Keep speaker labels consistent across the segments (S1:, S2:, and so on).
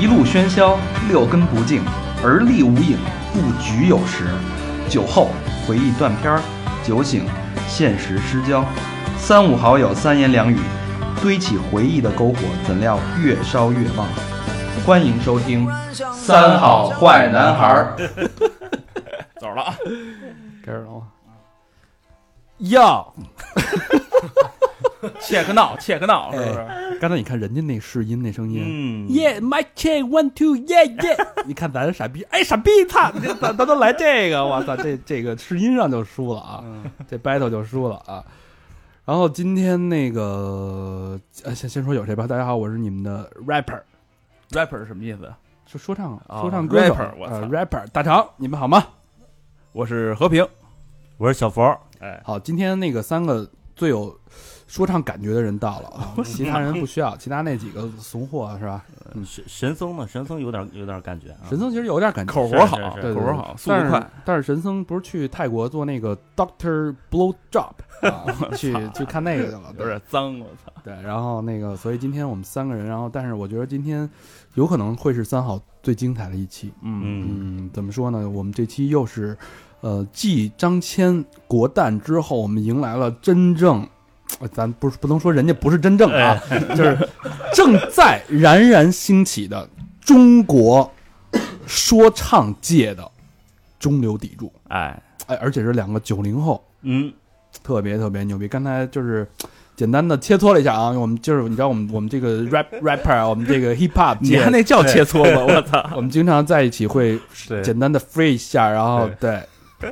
S1: 一路喧嚣，六根不净，而立无影，不局有时。酒后回忆断片儿，酒醒现实失焦。三五好友三言两语，堆起回忆的篝火，怎料越烧越旺。欢迎收听《三好坏男孩儿》。
S2: 走了啊！
S3: 开始了吗？
S2: 哟，切克
S4: 哎
S2: 闹，切克闹，是不是？
S3: 刚才你看人家那试音那声音、
S2: 嗯
S3: y e a h my check one two yeah yeah，你 看咱傻逼，哎傻逼， 操，这咱咱都来这个，我操，这这个试音上就输了啊，
S2: 嗯
S3: 这 battle 就输了啊。然后今天那个，呃，先先说有谁吧。大家好，我是你们的 rapper，
S2: ，rapper 是什么意思？
S3: 说说唱
S2: 哦
S3: 说唱歌手
S2: rapper，我操
S3: 呃 rapper 大长，你们好吗？
S2: 我是和平，
S4: 我是小佛，
S2: 哎，
S3: 好，今天那个三个最有说唱感觉的人到了
S2: 哦
S3: 啊，其他
S2: 嗯
S3: 人不需要，其他那几个怂货是吧？
S4: 神神僧呢？神僧有点有点感觉啊。
S3: 神僧其实有点感觉，
S2: 口活好，
S4: 是是
S3: 对
S2: 口活好，速
S3: 但
S2: 度
S3: 是
S2: 快，
S3: 但是神僧不是去泰国做那个 Doctor Blow Job，、啊、 去去看那个去了。
S2: 有
S3: 对
S2: 点脏，我操！
S3: 对，然后那个，所以今天我们三个人，然后但是我觉得今天有可能会是三好最精彩的一期。
S2: 嗯，
S4: 嗯，
S3: 嗯，怎么说呢？我们这期又是，呃，继张骞国诞之后，我们迎来了真正。呃咱不是不能说人家不是真正啊，
S2: 哎
S3: 就是正在冉冉兴起的中国说唱界的中流砥柱，
S4: 哎，
S3: 哎，而且是两个九零后，
S4: 嗯，
S3: 特别特别牛逼。刚才就是简单的切磋了一下啊，因为我们就是你知道我们我们这个 rap rapper，啊我们这个 hip hop
S2: 你
S3: 界
S2: 看，那叫切磋 吗？我操！
S3: 我们经常在一起会简单的 free 一下，然后对，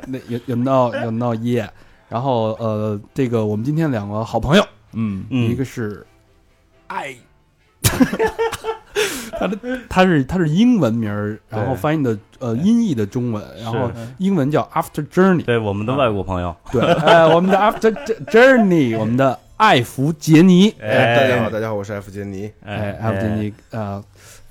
S3: 那有有闹有闹耶，然后呃，这个我们今天两个好朋友，
S2: 嗯，
S4: 嗯
S3: 一个是爱。他的他是他是英文名儿，然后
S4: 对
S3: 翻译的呃音译的中文，然后
S4: 是
S3: 英文叫 After Journey，
S4: 对我们的外国朋友，
S3: 对，呃，我们的 After Journey，我们的艾弗杰尼，
S4: 哎
S5: 大家好，大家好，我是艾弗杰尼。
S3: 哎，艾弗杰尼，呃，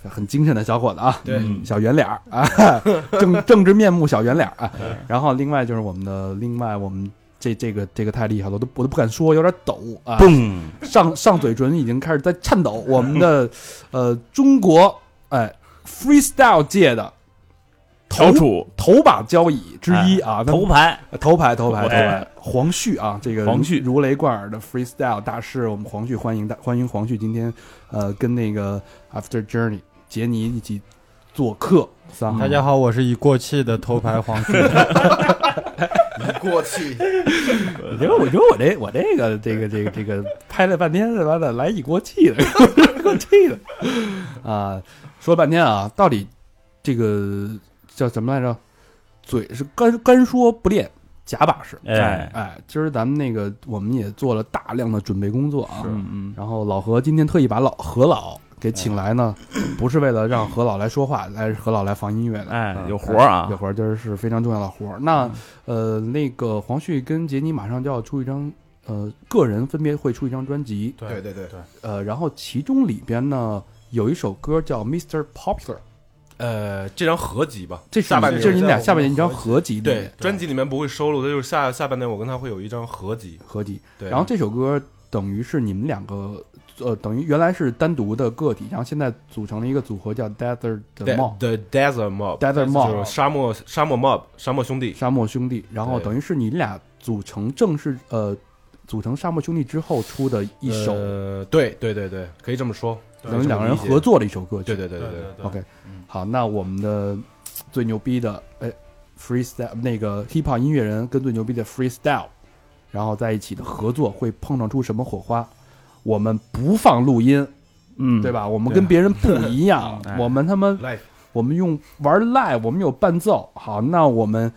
S3: 很精神的小伙子啊，
S5: 对
S3: 嗯小圆脸儿啊， 政政治面目小圆脸儿啊。 然后另外就是我们的，另外我们这这个这个太厉害了，我都我都不敢说，有点抖啊，
S4: 嘣，
S3: 上上嘴唇已经开始在颤抖。我们 的呃，中国哎 freestyle 界的
S2: 翘
S3: 头
S2: 楚
S3: 头把交椅之一啊，那
S4: 头牌，
S3: 头牌，头牌，头牌
S4: 哎，
S3: 黄旭啊，这个
S2: 黄旭
S3: 如雷贯耳的 freestyle 大师，我们黄旭欢迎大欢迎黄旭，今天呃跟那个 After Journey 杰尼一起做客，三号
S6: 大家好，我是已过气的头牌黄叔。
S5: 过 气，
S3: 你觉得我觉得我这我这个这个这个这个拍了半天他妈的来一锅气的， 过气的啊，说了半天啊，到底这个叫什么来着？嘴是干干说不练假把式，
S4: 哎
S3: 哎，今儿咱们那个我们也做了大量的准备工作啊，
S2: 嗯嗯，
S3: 然后老何今天特意把老何老给请来呢， 不是为了让何老来说话，来何老来放音乐的。
S4: 哎，
S2: 有活儿啊
S3: 这，活儿今儿是非常重要的活儿。那呃，那个黄旭跟杰尼马上就要出一张呃个人分别会出一张专辑，
S5: 对对对，
S3: 呃，然后其中里边呢有一首歌叫《Mr. Popular》，
S7: 呃，这张合集吧，
S3: 这是
S7: 下半
S3: 这
S7: 年
S3: 是你们俩
S5: 在我们
S3: 下半年一张合集里面
S5: 嗯
S7: 对，专辑里面不会收录，它就是下下半年我跟他会有一张合集。
S3: 合集。
S7: 对，
S3: 然后这首歌等于是你们两个呃等于原来是单独的个体，然后现在组成了一个组合叫 Desert Mob。
S7: The Desert Mob
S3: Desert
S7: 就
S3: Mob
S7: 是沙漠沙漠 Mob 沙漠兄弟。
S3: 沙漠兄弟，然后
S7: 对
S3: 等于是你俩组成正式呃组成沙漠兄弟之后出的一首，
S7: 呃，对对对对，可以这么说，
S3: 等于两个人合作的一首歌曲。
S7: 对。对对对对，
S3: OK，好，那我们的最牛逼的哎 freestyle 那个 hip hop 音乐人跟最牛逼的 freestyle，然后在一起的合作会碰撞出什么火花？我们不放录音，
S2: 嗯，
S3: 对？吧？我们跟别人不一样，
S4: 哎
S3: 我们他妈
S7: Live
S3: 我们用玩 live，我们有伴奏。好，那我们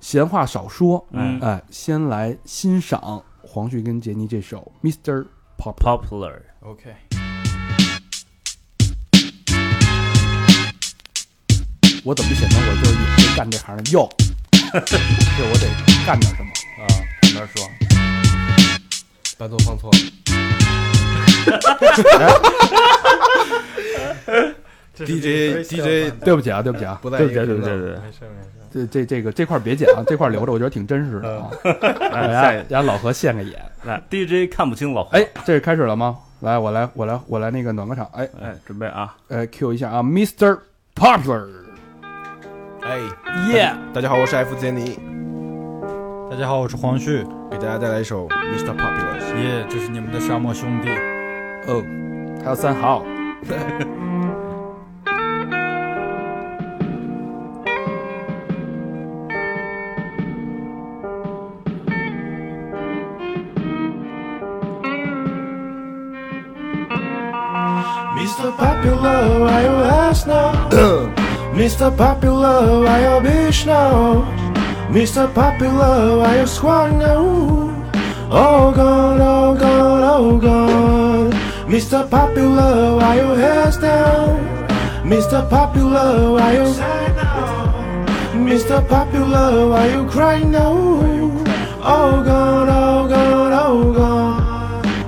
S3: 闲话少说，
S4: 嗯
S3: 哎，先来欣赏黄旭跟杰尼这首《Mr. Pop》。
S4: ，popular，
S7: OK，
S3: 我怎么显得我就是也是干这行的？哟，这我得干点什么？
S7: 伴奏放错 了，DJ DJ
S3: 对不起啊，对不起啊，
S5: 不在
S3: 对
S5: 一
S3: 不起啊，
S5: 个
S3: 对不
S5: 频
S3: 起
S5: 道
S3: 啊。。
S2: 对
S3: 这这这个这块别剪啊，这块留着，我觉得挺真实的啊。
S4: 哎
S3: 然
S4: 下一
S3: 后然后老何现个眼，哎
S4: 来 DJ 看不清老何
S3: 哎，这是开始了吗？来，我来，我来，我来那个暖个场，哎，
S2: 哎，准备啊，
S3: 呃，Q 一下啊，Mr. Popular，
S5: 哎，
S3: 耶、
S5: 大家好，我是 F 杰尼，
S6: 大家好，我是黄旭，
S5: 给大家带来一首 Mr. Popular。
S6: 耶，这是你们的沙漠兄弟。
S3: 哦，还有三好，
S8: Mr. Popular, why you ask now? Mr. Popular, why you bitch now? Mr. Popular, why you squawk now? Oh God, oh God, oh God. Mr. Popular, why you hands down? Mr. Popular, why you sad now? Mr. Popular, why you cry now? Oh God, oh God, oh God.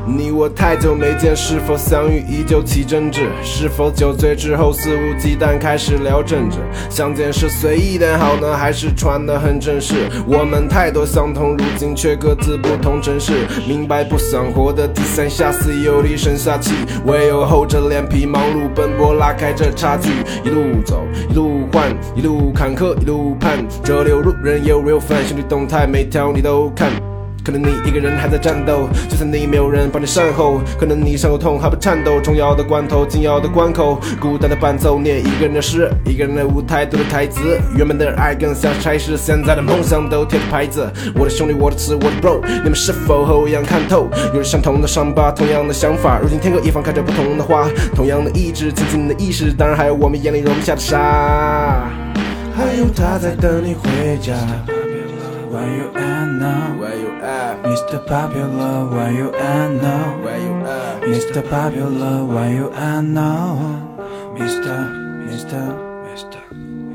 S5: 你我太久没见，是否相遇依旧起争执？是否酒醉之后肆无忌惮开始聊政治？相见是随意点好呢，还是穿得很正式？我们太多相同，如今却各自不同城市。明白不想活得低三下四，有理神下气，唯有厚着脸皮忙碌奔波，拉开这差距。一路走，一路换，一路坎坷，一路盼。这流入人有 real fan，兄弟动态每条你都看。可能你一个人还在战斗，就算你没有人帮你善后。可能你伤口痛还不颤抖，重要的关头，紧要的关口，孤单的伴奏，念一个人的诗，一个人的舞台，对着台词。原本的爱更像差事，现在的梦想都贴着牌子。我的兄弟，我的词，我的 bro，你们是否和我一样看透？有着相同的伤疤，同样的想法，如今天各一方开着不同的花，同样的意志，仅仅的意识，当然还有我们眼里容不下的沙。
S8: 还有他在等你回家。Where you at now?
S5: Where you at?
S8: Mr. Popular, where you at now?
S5: Where you at?
S8: Mr. Popular, where you at now? Mr. Mr. Mr.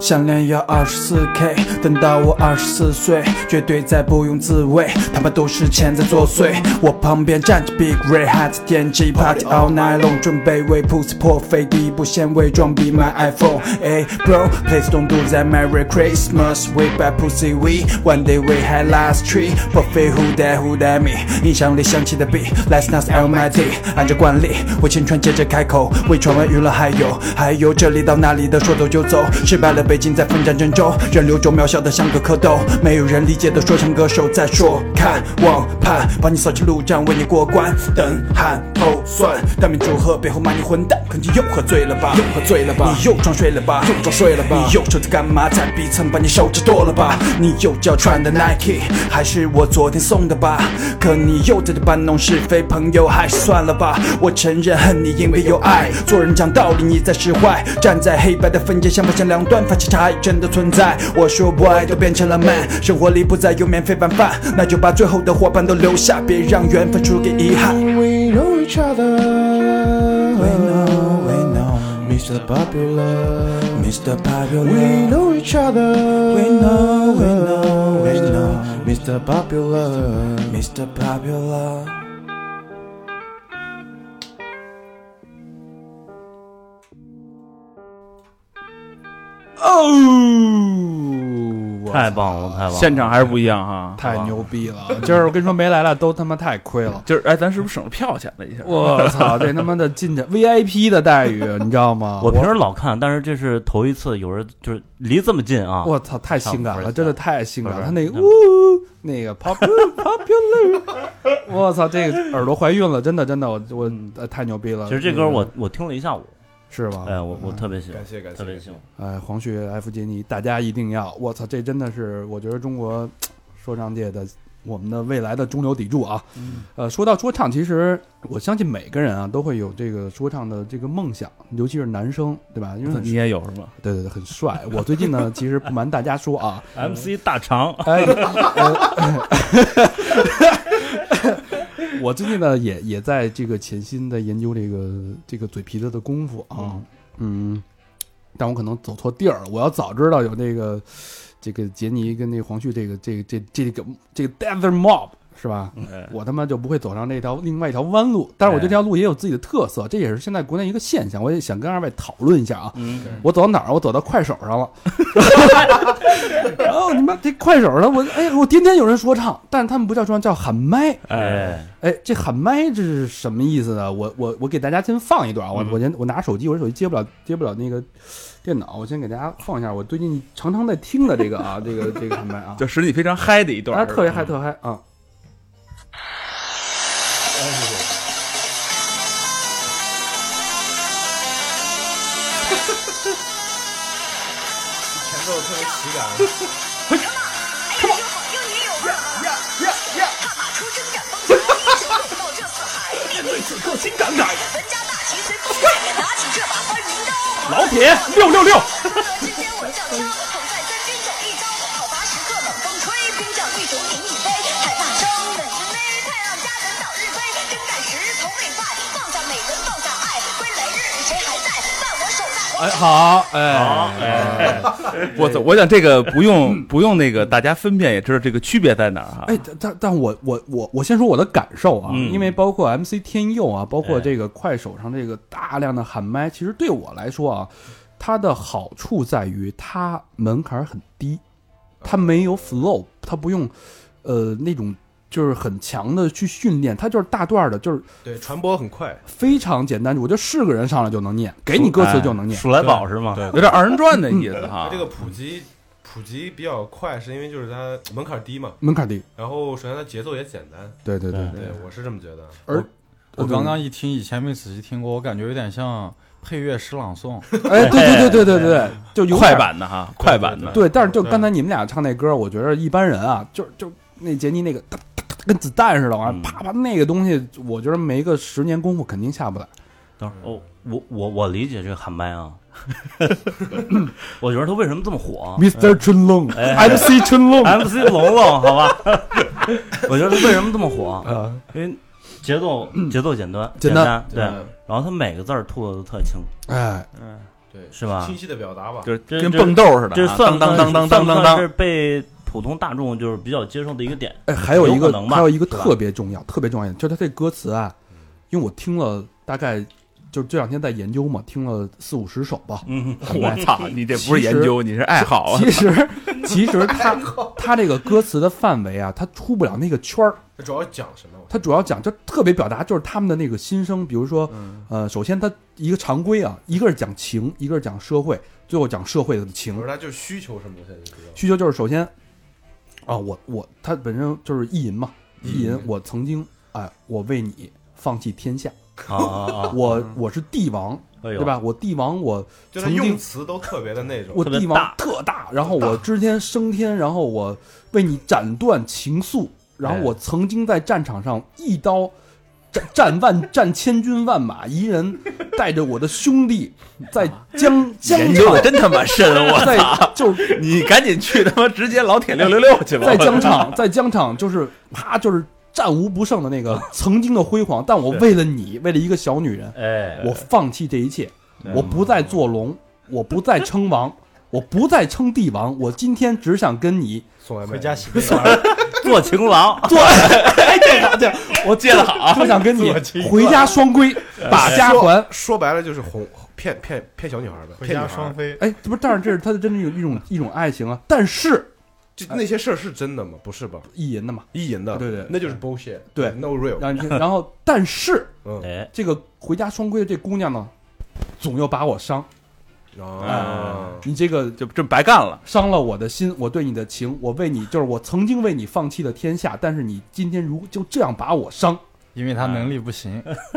S8: 项链要二十四 K，等到我二十四岁，绝对再不用自慰，他们都是钱在作祟。我旁边站着 Big Ray，还在电击 Party all night long，准备为 pussy 破费，第一步先伪装 Be my iPhone。哎，bro，please don't do that Merry Christmas，we bad pussy we，one day we had last tree。破费 who that who that me，音响里响起的 beat，last night's almighty。按照惯例，我先穿接着开口，为传闻娱乐还有还有这里到那里的说走就走，失败了北京在奋战郑州，人流中渺小的像个蝌蚪，没有人理解的说唱歌手在说看望盼，帮你扫清路障，为你过关，等喊头算，大明祝贺，背后骂你混蛋，肯定又喝醉了吧，又喝醉了吧，你又装睡了吧，又装睡了吧，你又手在干嘛，在逼蹭，把你手指剁了吧，你又叫穿的 Nike，还是我昨天送的吧，可你又在这搬弄是非，朋友还是算了吧，我承认恨你，因为有爱，做人讲道理，你在使坏，站在黑白的分界线，发现两端，发现差异真的存在，我说 boy 都变成了 man，生活里不再有免费晚饭，那就把最后的伙伴都留下，别让缘分输给遗憾。 We know each other. We know, we know, Mr. Popular. Mr. Popular. We know each other. We know, we know, we know. Mr. Popular. Mr. Popular.
S3: 哦，
S4: 太棒了，太棒了！
S2: 现场还是不一样哈，
S3: 太牛逼了！今儿我跟你说没来了，都他妈太亏了。
S2: 就是哎，咱是不是省了票钱了一下？
S3: 我操，这他妈的进去 VIP 的待遇，啊你知道吗？
S4: 我平时老看，但是这是头一次有人就是离这么近啊！
S3: 我操，太性感了，真的太性感了！他
S4: 不
S3: 那个呜，那个 pop popular，我操，这个耳朵怀孕了，真的真的，我我呃太牛逼了！
S4: 嗯其实这歌我我听了一下午，
S3: 是吧？
S4: 哎，我
S2: 嗯
S4: 我特别喜欢
S5: 感，谢感谢
S4: 特，别喜欢。
S3: 哎，黄旭、F 杰尼，大家一定要，我操，这真的是我觉得中国说唱界的我们的未来的中流砥柱啊。
S4: 嗯
S3: 呃，说到说唱，其实我相信每个人啊都会有这个说唱的这个梦想，尤其是男生，对吧？因为很
S2: 你也有是吗
S3: 对对对，很帅。我最近呢，其实不瞒大家说 啊，
S4: MC 大肠，
S3: 哎，我最近呢也也在这个潜心的研究这个这个嘴皮子的功夫啊，嗯，但我可能走错地儿了。我要早知道有那个这个杰尼跟那个黄旭这个这个这这个这个 Desert Mob 是吧？
S2: 哎
S3: 我他妈就不会走上这条另外一条弯路。但是我觉得这条路也有自己的特色，这也是现在国内一个现象。我也想跟二位讨论一下啊。
S2: 嗯
S3: 我走到哪儿？我走到快手上了。 然后你妈这快手上，我哎呀，我天天有人说唱，但是他们不叫说唱，叫喊麦。
S2: 嗯
S4: 哎，
S3: 哎，这喊麦这是什么意思呢？我我我给大家先放一段啊，
S2: 嗯
S3: 我我先我拿手机，我这手机接不了接不了那个电脑，我先给大家放一下我最近常常在听的这个啊，这个这个喊麦 啊，
S2: 就使你非常嗨的一段
S3: 大家
S2: 儿，嗯
S3: 特别嗨特嗨啊！
S7: 前奏特别喜感，
S2: 老铁六六六，
S9: 哎，好。
S2: 好，哎，嗯我走我想这个不用不用那个，大家分辨也知道这个区别在哪儿哈。
S3: 哎，但但但我我我我先说我的感受啊，
S2: 啊嗯
S3: 因为包括 MC 天佑啊，包括
S4: 哎
S3: 这个快手上这个大量的喊麦，其实对我来说啊，它的好处在于它门槛很低，它没有 flow，它不用呃那种就是很强的去训练，它就是大段儿的，就是
S7: 对，传播很快，
S3: 非常简单，我觉得是个人上来就能念，给你歌词就能念。
S4: 数来宝是吗？
S7: 对
S2: 有点二人转的意思哈
S7: 它。这个普及普及比较快，是因为就是它门槛低嘛，
S3: 门槛低，
S7: 然后首先它节奏也简单，
S3: 对对对
S4: 哎
S3: 对，
S7: 对，我是这么觉得。
S3: 而
S6: 我
S7: 嗯
S6: 刚刚一听，以前没仔细听过，我感觉有点像配乐诗朗诵。
S3: 哎，对对对对对对对，就有点
S2: 快版的哈，快版的，
S3: 对，但
S4: 嗯
S3: 是就刚才你们俩唱那歌，我觉得一般人啊，就是就那杰尼那个哒哒哒跟子弹似的
S4: 嗯
S3: 往上啪啪那个东西，我觉得没个十年功夫肯定下不来。
S4: 等会儿哦，我我我理解这个喊麦 啊，我觉得他为什么这么火啊
S3: Mr. 春龙，MC 春龙，
S4: ？MC 龙龙，好 吧，我觉得他为什么这么火啊？
S3: 啊，嗯
S4: 因为节奏节奏简单，简
S3: 简单
S4: 对，
S2: 嗯
S4: 然后他每个字儿吐的都特清，
S3: 哎，
S7: 对，
S4: 是吧
S7: 清晰的表达吧。
S2: 就是
S4: 这
S2: 跟
S4: 这
S2: 蹦豆似的
S4: 这
S2: 啊，
S4: 算
S2: 当
S4: 不
S2: 当
S4: 算
S2: 当当当
S4: 算
S2: 当
S4: 不算
S2: 当
S4: 是。被普通大众就是比较接受的一个点。
S3: 哎，还有
S4: 有
S3: 一
S4: 可
S3: 个，
S4: 能吧
S3: 还有一个
S4: 是吧
S3: 特别重要、特别重要，就是他这歌词啊，因为我听了大概就这两天在研究嘛，听了四五十首吧。
S4: 嗯，
S2: 我操，你这不是研究，你是爱好啊！
S3: 其实，其实他他这个歌词的范围啊，他出不了那个圈儿。
S7: 它主要讲什么？
S3: 他主要讲就特别表达就是他们的那个心声，比如说，
S7: 嗯
S3: 呃，首先他一个常规啊，一个是讲情，一个是讲社会，最后讲社会的
S7: 我
S3: 情
S7: 说它就是需求什么东西，你知道吗？
S3: 需求就是首先，啊，我我他本身就是意淫嘛，
S7: 嗯
S3: 意淫，我曾经哎、我为你放弃天下，
S4: 啊啊啊！
S3: 我我是帝王，
S4: 哎呦
S3: 对？吧？我帝王，我
S7: 就它
S3: 曾经
S7: 用词都特别的那种。
S3: 我
S4: 特别
S3: 帝王
S4: 大
S3: 特大，然后我知天升天，然后我为你斩断情愫，然
S2: 哎
S3: 后我曾经在战场上一刀战战万战千军万马，一人带着我的 兄弟在疆疆
S2: 哎研究的
S3: 场，
S2: 真他妈深，我
S3: 在
S2: 操！
S3: 就是
S2: 你赶紧去他妈直接老铁六六六去吧！
S3: 在疆场，在疆场就是啪就是战无不胜的那个曾经的辉煌，但我为了你，为了一个小女人，
S4: 哎，
S3: 我放弃这一切，
S2: 嗯
S3: 我不再做龙，我不再称王，我不再称帝王，我今天只想 跟你
S7: 送外卖
S6: 回家洗个碗，
S4: 做情郎，
S3: 做，哎，这个这个我接
S2: 得好啊
S3: 就想跟你回家 双归，
S2: 哎
S3: 把家还。
S7: 说白了就是哄骗骗骗小女孩呗，
S6: 回
S7: 骗女
S6: 家
S7: 孩。
S6: 双飞。
S3: 哎，这不，但是这是他的真正有一种一种爱情啊，但是
S7: 这那些事儿是真的吗？不是吧？
S3: 意淫的嘛，
S7: 意淫的，
S3: 对对
S7: 那就是 bullshit，
S3: 对
S7: ，no real，
S3: 让你听，然后但是
S7: 嗯，
S4: 哎，
S3: 这个回家双归的这姑娘呢，总要把我伤，
S6: 哎
S7: 啊，
S3: 你这个
S2: 就这么白干了，
S3: 伤了我的心，我对你的情，我为你就是我曾经为你放弃了天下，但是你今天如就这样把我伤，哎
S6: 因为他能力不行，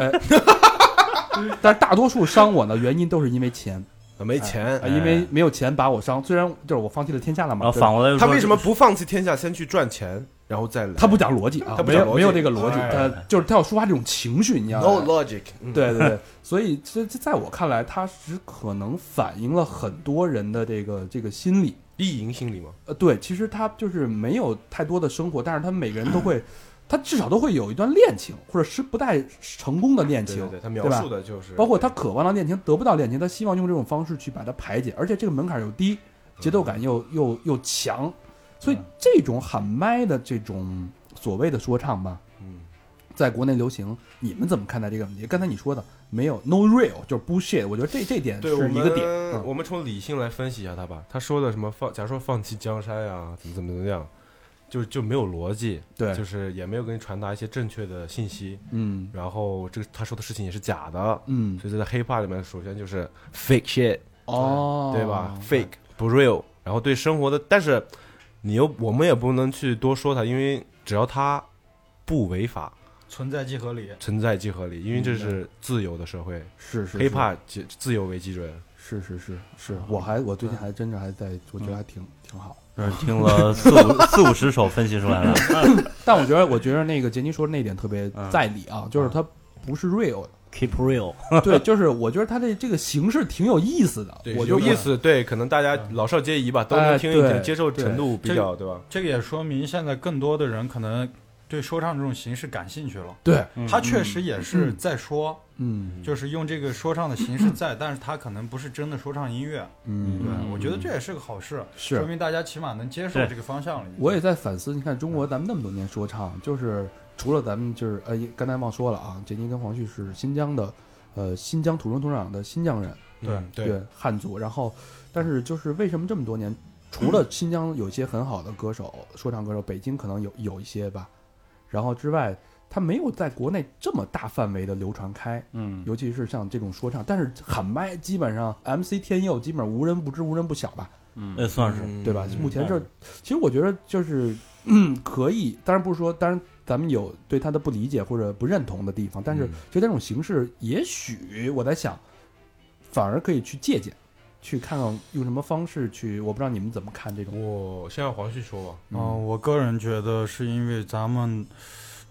S3: 但是大多数伤我呢原因都是因为钱
S6: 哎
S7: 没钱
S3: 啊，，因为没有钱把我伤，虽然就是我放弃了天下了嘛，
S6: 哦
S4: 然后
S3: 对吧
S4: 反过来又
S7: 他
S4: 说
S7: 为什么不放弃天下，先去赚钱，然后再来？
S3: 他不讲逻辑啊，
S7: 他不
S3: 没
S7: 讲
S3: 有
S7: 逻辑
S3: 没有这个逻辑，
S7: 哎
S3: 他就是他要抒发这种情绪，你知
S7: no
S3: 道吗？
S7: logic，嗯，
S3: 对对对，所以这这在我看来，他只可能反映了很多人的这个这个心理。
S7: 意淫心理嘛，
S3: 呃，对，其实他就是没有太多的生活，但是他们每个人都 会，他至少都会有一段恋情，或者是不太成功的恋
S7: 对
S3: 情
S7: 对，对，他描
S3: 对吧
S7: 述的就是，
S3: 包括他渴望的恋情得不到恋情，他希望用这种方式去把它排解，而且这个门槛又低，
S7: 嗯
S3: 节奏感又又又强，所以这种喊麦的这种所谓的说唱吧，
S7: 嗯，
S3: 在国内流行，你们怎么看待这个问题？刚才你说的没有 no real 就是 bullshit，我觉得这这点
S7: 对我
S3: 是
S7: 们
S3: 一个点。嗯
S7: 我们从理性来分析一下他吧。他说的什么放，假如说放弃江山啊，怎么怎么怎么样，就就没有逻辑，
S3: 对
S7: 就是也没有给你传达一些正确的信息。
S3: 嗯
S7: 然后这个他说的事情也是假的，
S3: 嗯
S7: 所以在 hiphop 里面，首先就是 fake shit，
S3: 哦，
S7: 对吧、f a k e 不 real，然后对生活的，但是你又我们也不能去多说他，因为只要他不违法，
S6: 存在即合理。
S7: 存在即合理，因为这是自由的社会
S3: 是是是
S7: ，hiphop 即自由为基准。
S3: 是是是是，我还我最近还真是还在，我觉得还挺挺好。
S4: 就是听了四五四五十首分析出来了，
S3: 但我觉得我觉得那个杰尼说的那点特别在理啊，就是他不是 real，
S4: Keep real，
S3: 的 对，就是我觉得他这这个形式挺有意思的，我就
S7: 有意。思，对，可能大家老少皆宜吧，都能
S3: 哎
S7: 听一听，
S3: 对
S7: 接受
S3: 对
S7: 程度比
S6: 这
S7: 较，对吧？
S6: 这个也说明现在更多的人可能对说唱这种形式感兴趣了。
S3: 对，
S6: 他确实也是在说，
S3: 嗯
S6: 就是用这个说唱的形式在，但是他可能不是真的说唱音乐。对
S3: 嗯，，
S6: 我觉得这也是个好事，
S3: 是
S6: 说明大家起码能接受
S4: 对
S6: 这个方向了。
S3: 我也在反思，你看中国咱们那么多年说唱，就是除了咱们就是呃，刚才忘说了啊，杰尼跟黄旭是新疆的，呃，新疆土生土长的新疆人，
S6: 对
S7: 嗯
S3: 对，汉族。然后，但是就是为什么这么多年，除了新疆有一些很好的歌手、
S6: 嗯
S3: 说唱歌手，北京可能有有一些吧，然后之外，他没有在国内这么大范围的流传开，
S2: 嗯，
S3: 尤其是像这种说唱，但是喊麦基本上 MC 天佑基本上无人不知无人不晓吧，
S4: 呃，算是
S7: 嗯
S3: 对吧？目前这，
S6: 但
S3: 其实我觉得就是， 嗯，可以。当然不是说，当然咱们有对他的不理解或者不认同的地方，但是
S7: 嗯
S3: 就这种形式，也许我在想，反而可以去借鉴，去看看用什么方式去。我不知道你们怎么看这种。
S7: 我先让黄旭说吧。
S6: 嗯、我个人觉得是因为咱们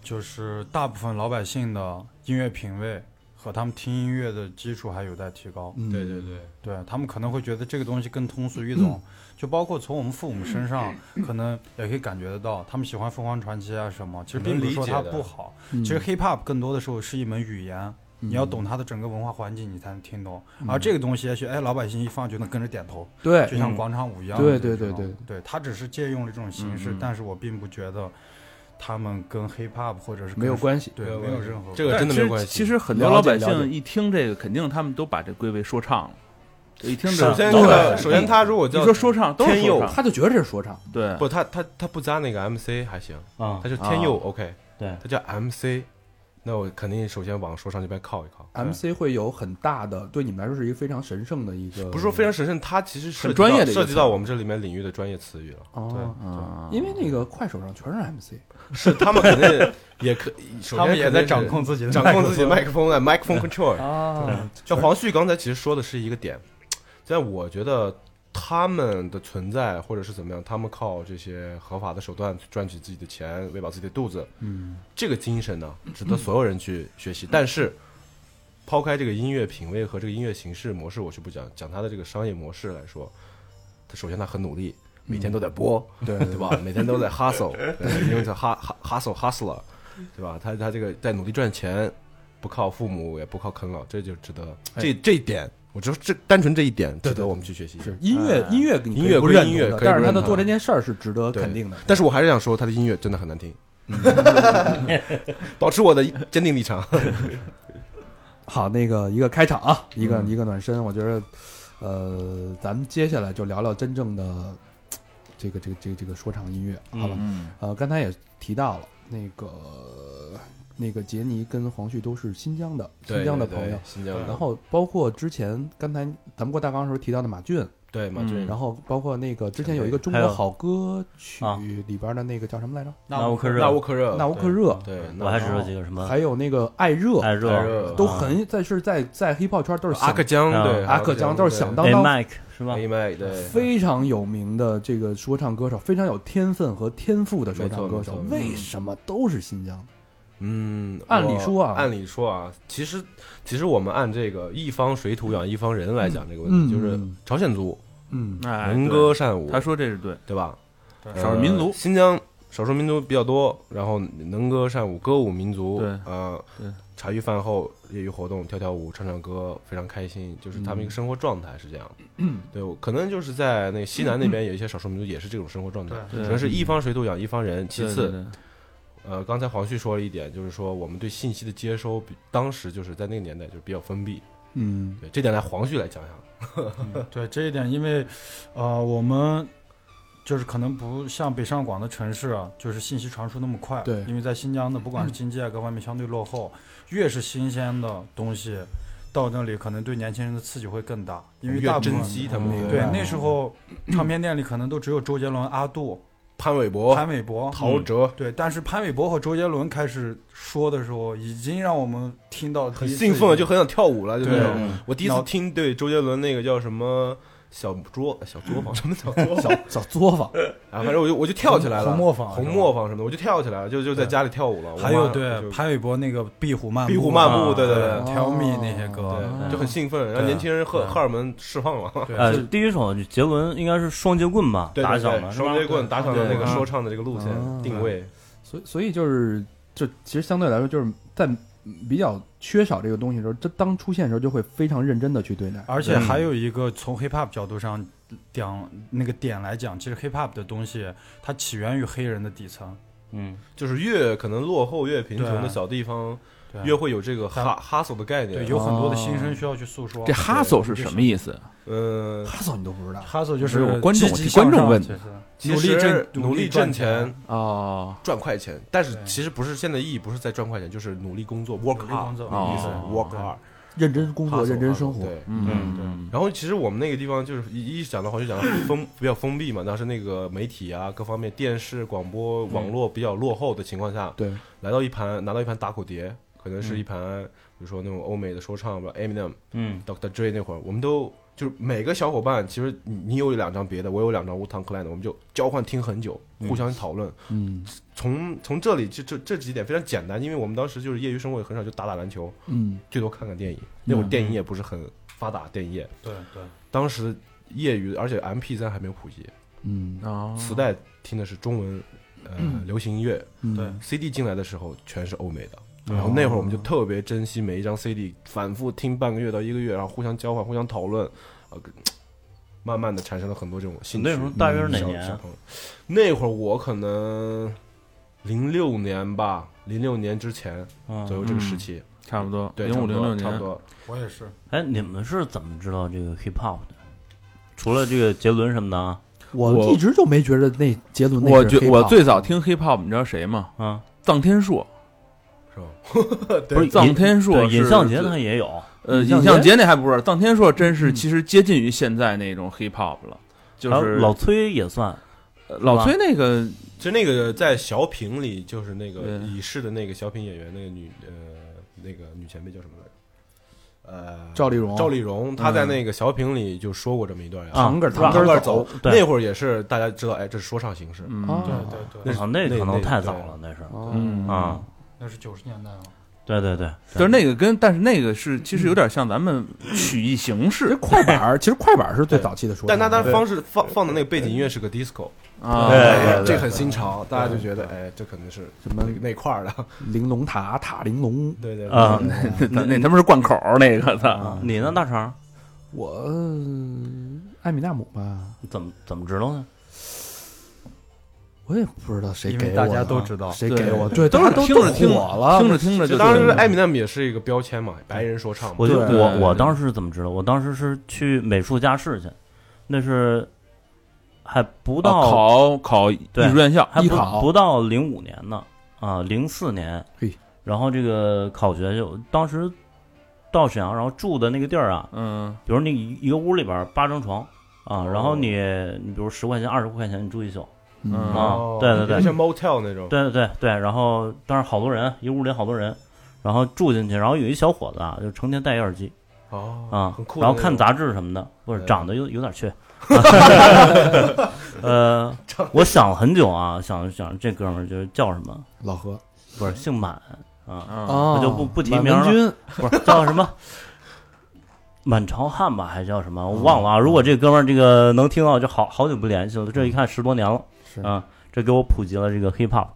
S6: 就是大部分老百姓的音乐品味和他们听音乐的基础还有待提高。
S3: 嗯，
S7: 对对对，
S6: 对他们可能会觉得这个东西更通俗易懂，就包括从我们父母身上，可能也可以感觉得到，他们喜欢凤凰传奇啊什么，其实并不是说它不好。
S3: 嗯，
S6: 其实 hip hop 更多的时候是一门语言，你要懂它的整个文化环境，你才能听懂。
S3: 嗯
S6: 而这个东西，也许哎，老百姓一放就能跟着点头，
S3: 对
S7: 嗯
S6: 就像广场舞一样。
S3: 哎嗯对
S6: 这
S3: 对
S6: 种
S3: 对嗯
S6: 对，他只是借用了这种形式，但是我并不觉得他们跟 hip hop 或者是跟
S3: 没有关系。
S6: 对
S7: 没有
S6: 没有
S7: 关系
S6: 任何
S7: 这个真的没有关系。
S2: 其实很多
S3: 了
S2: 老
S3: 解
S2: 百
S3: 了
S2: 姓
S3: 解
S2: 一听这个，肯定他们都把这归为说唱了。一听这
S7: 首
S2: 个，
S7: 先
S2: 老
S7: 这
S2: 百
S7: 个，
S2: 姓
S7: 首先他如果
S2: 一
S7: 叫
S2: 说说唱都是
S7: 天佑
S2: 说唱，
S3: 他就觉得这是说唱，
S2: 对，
S7: 不，他他他不加那个 MC 还行，
S4: 啊
S7: 他，就天佑 OK，
S4: 对，
S7: 他叫 MC，那我肯定首先往说唱这边靠一靠。
S3: MC 会有很大的，对你们来说是一个非常神圣的一个，
S7: 不是说非常神圣，他其实涉及
S2: 很专业的
S7: 到
S2: 一个
S7: 涉及到我们这里面领域的专业词语了。
S3: 哦，
S2: 啊，
S3: 因
S7: 嗯
S3: 为那个快手上全是 MC，
S7: 是他们肯定也可，首先
S6: 他们也
S7: 肯定
S6: 在
S7: 是
S6: 掌控自己的
S7: 掌控自己麦克风的 microphone control
S3: 啊，
S7: 像黄旭刚才其实说的是一个点，但我觉得他们的存在或者是怎么样，他们靠这些合法的手段去赚取自己的钱，喂饱自己的肚子，嗯，这个精神呢，值得所有人去学习。但是，抛开这个音乐品味和这个音乐形式模式，我去不讲，讲他的这个商业模式来说，他首先他很努力，每天都在播，嗯对对吧？每天都在 hustle，对因为他哈哈 hustle hustler，对吧？他他这个在努力赚钱，不靠父母也不靠啃老，这就值得
S3: 哎
S7: 这这一点，我觉得这单纯这一点值得我们去学习。
S3: 是音乐，音乐你可以
S7: 嗯音乐
S3: 不
S7: 归
S3: 认
S7: 音
S3: 同
S7: 乐
S3: 的
S7: 可以
S3: 但是他
S7: 不认
S3: 的
S7: 同
S3: 做这件事儿是值得
S7: 对
S3: 肯定的。
S7: 但是我还是想说，他的音乐真的很难听。
S3: 嗯
S7: 保持我的坚定立场。
S3: 好，那个一个开场啊，一
S7: 嗯
S3: 个、一个暖身，我觉得，呃，咱们接下来就聊聊真正的嘖这个这个这个这个说唱音乐，好吧？
S7: 嗯
S3: 呃，刚才也提到了那个那个杰尼跟黄旭都是新疆的新疆的朋友，嗯
S7: 新疆
S3: 然
S7: 的，
S3: 后包括之前刚才咱们过大纲的时候提到的马俊，
S7: 对
S4: 嗯
S7: 马
S2: 嗯
S7: 俊，
S3: 然后包括那个之前有一个中
S4: 还
S3: 国
S4: 有
S3: 好歌曲
S4: 啊
S3: 里边的那个叫什么来着？
S4: 那乌克热
S7: 纳乌克热，
S3: 纳乌克热，
S7: 对，对，
S4: 我还知道这个什么
S3: 还有那个爱热，
S4: 艾热
S7: 啊艾热
S3: 都很在是在在 hiphop 圈都是
S7: 阿
S3: 响
S7: 克江，
S4: 啊
S7: 对，
S3: 阿克江都是响当
S4: 哎
S3: 当
S4: Mike 是吧？
S7: A 麦，对，
S3: 非常有名的这个说唱歌手，非常有天分和天赋的说唱歌手
S7: 没错没，错
S3: 为什么都是新疆的？
S7: 嗯，
S3: 按理
S7: 我
S3: 说啊
S7: 按理说啊，其实其实我们按这个一方水土养一方人来讲这个问
S3: 嗯
S7: 题，就是朝鲜族
S3: 嗯，
S2: 哎
S7: 能歌，善舞
S2: 对，他说这是对，
S7: 对吧？
S6: 对
S2: 少数民族
S7: 呃新疆少数民族比较多，然后能歌善舞，歌舞民族，
S2: 对
S7: 呃
S2: 对，
S7: 茶余饭后业余活动跳跳舞，唱唱歌，非常开心，就是他们一个生活状态是这样的。嗯，对，我可能就是在那个西南那边有一些少数民族也是这种生活状态，
S2: 对
S7: 主要是一方水土养一方人。其
S2: 对
S7: 次，，呃，刚才黄旭说了一点，就是说我们对信息的接收比当时就是在那个年代就是比较封闭。
S3: 嗯，
S7: 对，这点来黄旭来讲讲。
S6: 对这一点，因为，呃，我们就是可能不像北上广的城市啊，就是信息传输那么快。
S3: 对
S6: 因为在新疆的，不
S7: 嗯
S6: 管是经济啊各方面相对落后，越是新鲜的东西，到那里可能对年轻人的刺激会更大，因为
S7: 越
S6: 大部
S7: 珍
S6: 分嗯
S7: 惜他嗯们那个
S6: 对那时候唱片店里可能都只有周杰伦、阿杜、
S7: 潘玮柏、
S6: 潘玮柏。
S7: 陶喆，
S6: 对，但是潘玮柏和周杰伦开始说的时候，已经让我们听到
S7: 很
S6: 很
S7: 兴奋，就很想跳舞了，就
S6: 对嗯
S7: 那种。我第一次
S6: 脑
S7: 听对周杰伦那个叫什么小作 小作坊，什么小作坊，
S3: 小作坊，
S7: 啊，反正我就我就跳起来了，
S6: 红磨坊
S7: 红
S6: 是吧
S7: 磨坊什么的，我就跳起来了，就就在家里跳舞了。我
S6: 还有
S7: 妈
S6: 对
S7: 就
S6: 潘玮柏那个壁虎漫步，
S7: 壁虎漫步，对对
S6: 对
S7: 对
S6: ，Tell Me 那
S3: 哦
S6: 些歌，
S7: 对，就很兴奋，让
S6: 对
S7: 年轻人荷
S6: 对
S7: 荷尔蒙释放了。
S6: 对
S4: 呃，第一首杰伦应该是双截棍吧，
S7: 对
S4: 打
S7: 对
S4: 响
S7: 对，
S4: 的是吧
S7: 双截棍打响的那个说唱的这个路线
S6: 啊
S3: 嗯
S7: 定位，
S8: 所以所以就是，就其实相对来说，就是在比较缺少这个东西的时候，这当出现的时候，就会非常认真的去对待。
S6: 而且还有一个从 hip hop 角度上讲那个点来讲，其实 hip hop 的东西它起源于黑人的底层，
S4: 嗯，
S7: 就是越可能落后越贫穷的
S6: 对啊
S7: 小地方，
S6: 对啊
S7: 越会有这个哈哈索的概
S6: 对
S7: 念。
S6: 有很多的心声需要去诉说。
S2: 哦这哈手是什么意思？
S7: 呃，
S3: 哈嫂你都不知道，
S6: 哈索就
S2: 不
S6: 是
S2: 是我观众
S6: 积极
S2: 我替观众
S6: 向上
S2: 问
S6: 其实
S7: 其
S6: 努力
S7: 实
S6: 挣
S7: 努力
S6: 赚啊
S7: 挣钱，
S2: 哦，
S7: 赚快钱，但是
S6: 对
S7: 其实不是现在意义不是在赚快钱，就是努力工作，work
S6: 努力
S7: hard
S6: 工作
S7: 的意思
S2: 哦
S7: ，work hard，
S3: 认真工作，
S7: hustle，
S3: 认真生活
S7: hustle，，对。
S2: 嗯
S6: 对
S2: 嗯
S7: 然后其实我们那个地方就是一一讲到话就讲到封比较封闭嘛，当时那个媒体啊各方面电视、广播、网络比较落后的情况下，
S3: 对，
S7: 来到一盘拿到一盘打口碟，可能是一盘比如说那种欧美的说唱，吧 Eminem、
S4: 嗯
S7: Dr. Dre 那会儿，我们都就是每个小伙伴，其实你你有两张别的，我有两张 Wu Tang Clan 的，我们就交换听很久，互相讨论，
S3: 嗯
S7: 从从这里就这这几点非常简单，因为我们当时就是业余生活也很少，就打打篮球，
S3: 嗯，
S7: 最多看看电影。那会儿电影也不是很发达，电影业
S6: 对对，
S7: 当时业余，而且 M P 三还没有普及，
S3: 嗯
S2: 哦
S7: 磁带听的是中文，呃，流行音乐。
S3: 嗯
S6: 对
S7: C D 进来的时候全是欧美的，然后那会儿我们就特别珍惜每一张 C D，反复听半个月到一个月，然后互相交换、互相讨论，呃，跟慢慢的产生了很多这种兴趣。
S4: 那时候大约是哪
S7: 小
S4: 年
S7: 小
S4: 啊？
S7: 朋友，那会儿我可能零六年吧，零六年之前
S4: 哦
S7: 左右这个时
S4: 嗯
S7: 期，
S2: 差不多，
S7: 对，
S2: 零五零六
S7: 差不
S2: 年，
S7: 多。
S6: 我也是。
S4: 哎，你们是怎么知道这个 hip hop 的？除了这个杰伦什么的啊，
S3: 我
S2: 我
S3: 一直就没觉得那杰伦那
S2: 我
S3: 是
S2: 觉
S3: hip hop
S2: 我最早听 hip hop，你知道谁吗？
S4: 啊，
S2: 臧天朔，
S7: 是吧？
S2: 不是臧天朔
S4: 对，
S2: 是，
S4: 尹相杰他也有，
S2: 呃，
S3: 尹相
S2: 尹
S3: 杰
S2: 相杰那还不是，臧天朔真是其实接近于现在那种 hip hop 了，就
S4: 还有
S2: 是呃
S4: 老崔也算，
S2: 老崔那个
S7: 其实那个在小品里，就是那个
S2: 对
S7: 已逝的那个小品演员，那个女呃那个女前辈叫什么来着？呃，
S3: 赵丽蓉，
S7: 赵丽蓉，她在那个小品里就说过这么一段呀。
S4: 啊
S3: 堂根儿
S4: 是吧
S3: 堂根
S7: 儿
S3: 儿
S7: 走
S3: 走，
S4: 对
S7: 那会儿也是大家知道，哎，这是说唱形式。
S2: 嗯
S3: 啊
S6: 对对对，
S7: 那
S4: 我
S7: 是
S4: 操，那可能太早
S7: 那
S4: 了，那是
S2: 嗯
S4: 啊，
S6: 那是九十年代了。
S4: 对对对，
S2: 就是那个跟，但是那个是其实有点像咱们曲艺形
S3: 其实
S2: 式
S3: 快板儿，其实快板儿是最早期的说
S7: 但
S3: 唱的，
S7: 他当时方式放放的那个背景音乐是个 disco，
S2: 啊，
S7: 哎这很新潮，大家就觉得哎，这可能是
S3: 什么
S7: 那块儿的，
S3: 玲珑塔塔玲珑，
S7: 对嗯对对
S4: 啊
S7: 对对
S2: 那那他妈是贯口儿那个操，
S4: 你呢，大肠
S3: 我艾米纳姆吧，
S4: 你怎么怎么知道呢？
S3: 我也不知道谁
S6: 因
S3: 给
S6: 为
S3: 我
S6: 大家
S3: 的
S6: 都知道
S3: 谁
S2: 对
S3: 给我，对，都
S2: 是
S3: 啊都
S2: 听着听
S3: 都火了，
S2: 听着听着就啊
S7: 就当时
S2: 是
S7: 艾米纳姆也是一个标签嘛，白人说唱嘛
S4: 我。就
S3: 对
S4: 我
S2: 对
S4: 我
S2: 对
S4: 当时是怎么知道？我当时是去美术家室去，那是还不
S2: 啊
S4: 到
S2: 考考艺术院校，
S4: 还
S3: 艺
S4: 不
S3: 考
S4: 不到零五年呢，啊，零四年
S3: 嘿，
S4: 然后这个考学就当时到沈阳，然后住的那个地儿啊，
S2: 嗯，
S4: 比如你一一个屋里边儿八张床啊，然后你
S2: 哦
S4: 你比如十块钱二十块钱你住一宿
S2: 嗯
S4: 啊
S7: 哦，
S4: 对对
S7: 有点
S4: 对
S7: 像 motel 那种。
S4: 对对对对，然后当然好多人一屋里好多人，然后住进去，然后有一小伙子啊，就成天戴一耳机。
S7: 哦
S4: 啊
S7: 很，酷的
S4: 然后
S7: 那种。
S4: 看杂志什么的，不是
S7: 对
S4: 长得有有点缺。呃，我想了很久啊，想想这哥们儿就是叫什么，
S3: 老何
S4: 不是姓满啊，
S2: 啊，
S3: 啊
S4: 我就不不提
S3: 满
S4: 名
S3: 文
S4: 了
S3: 军
S4: 不是叫什么满朝汉吧，还叫什么？我忘了啊。如果这哥们儿这个能听到，就好好久不联系了。这一看十多年了
S3: 是
S4: 啊，这给我普及了这个 hip hop。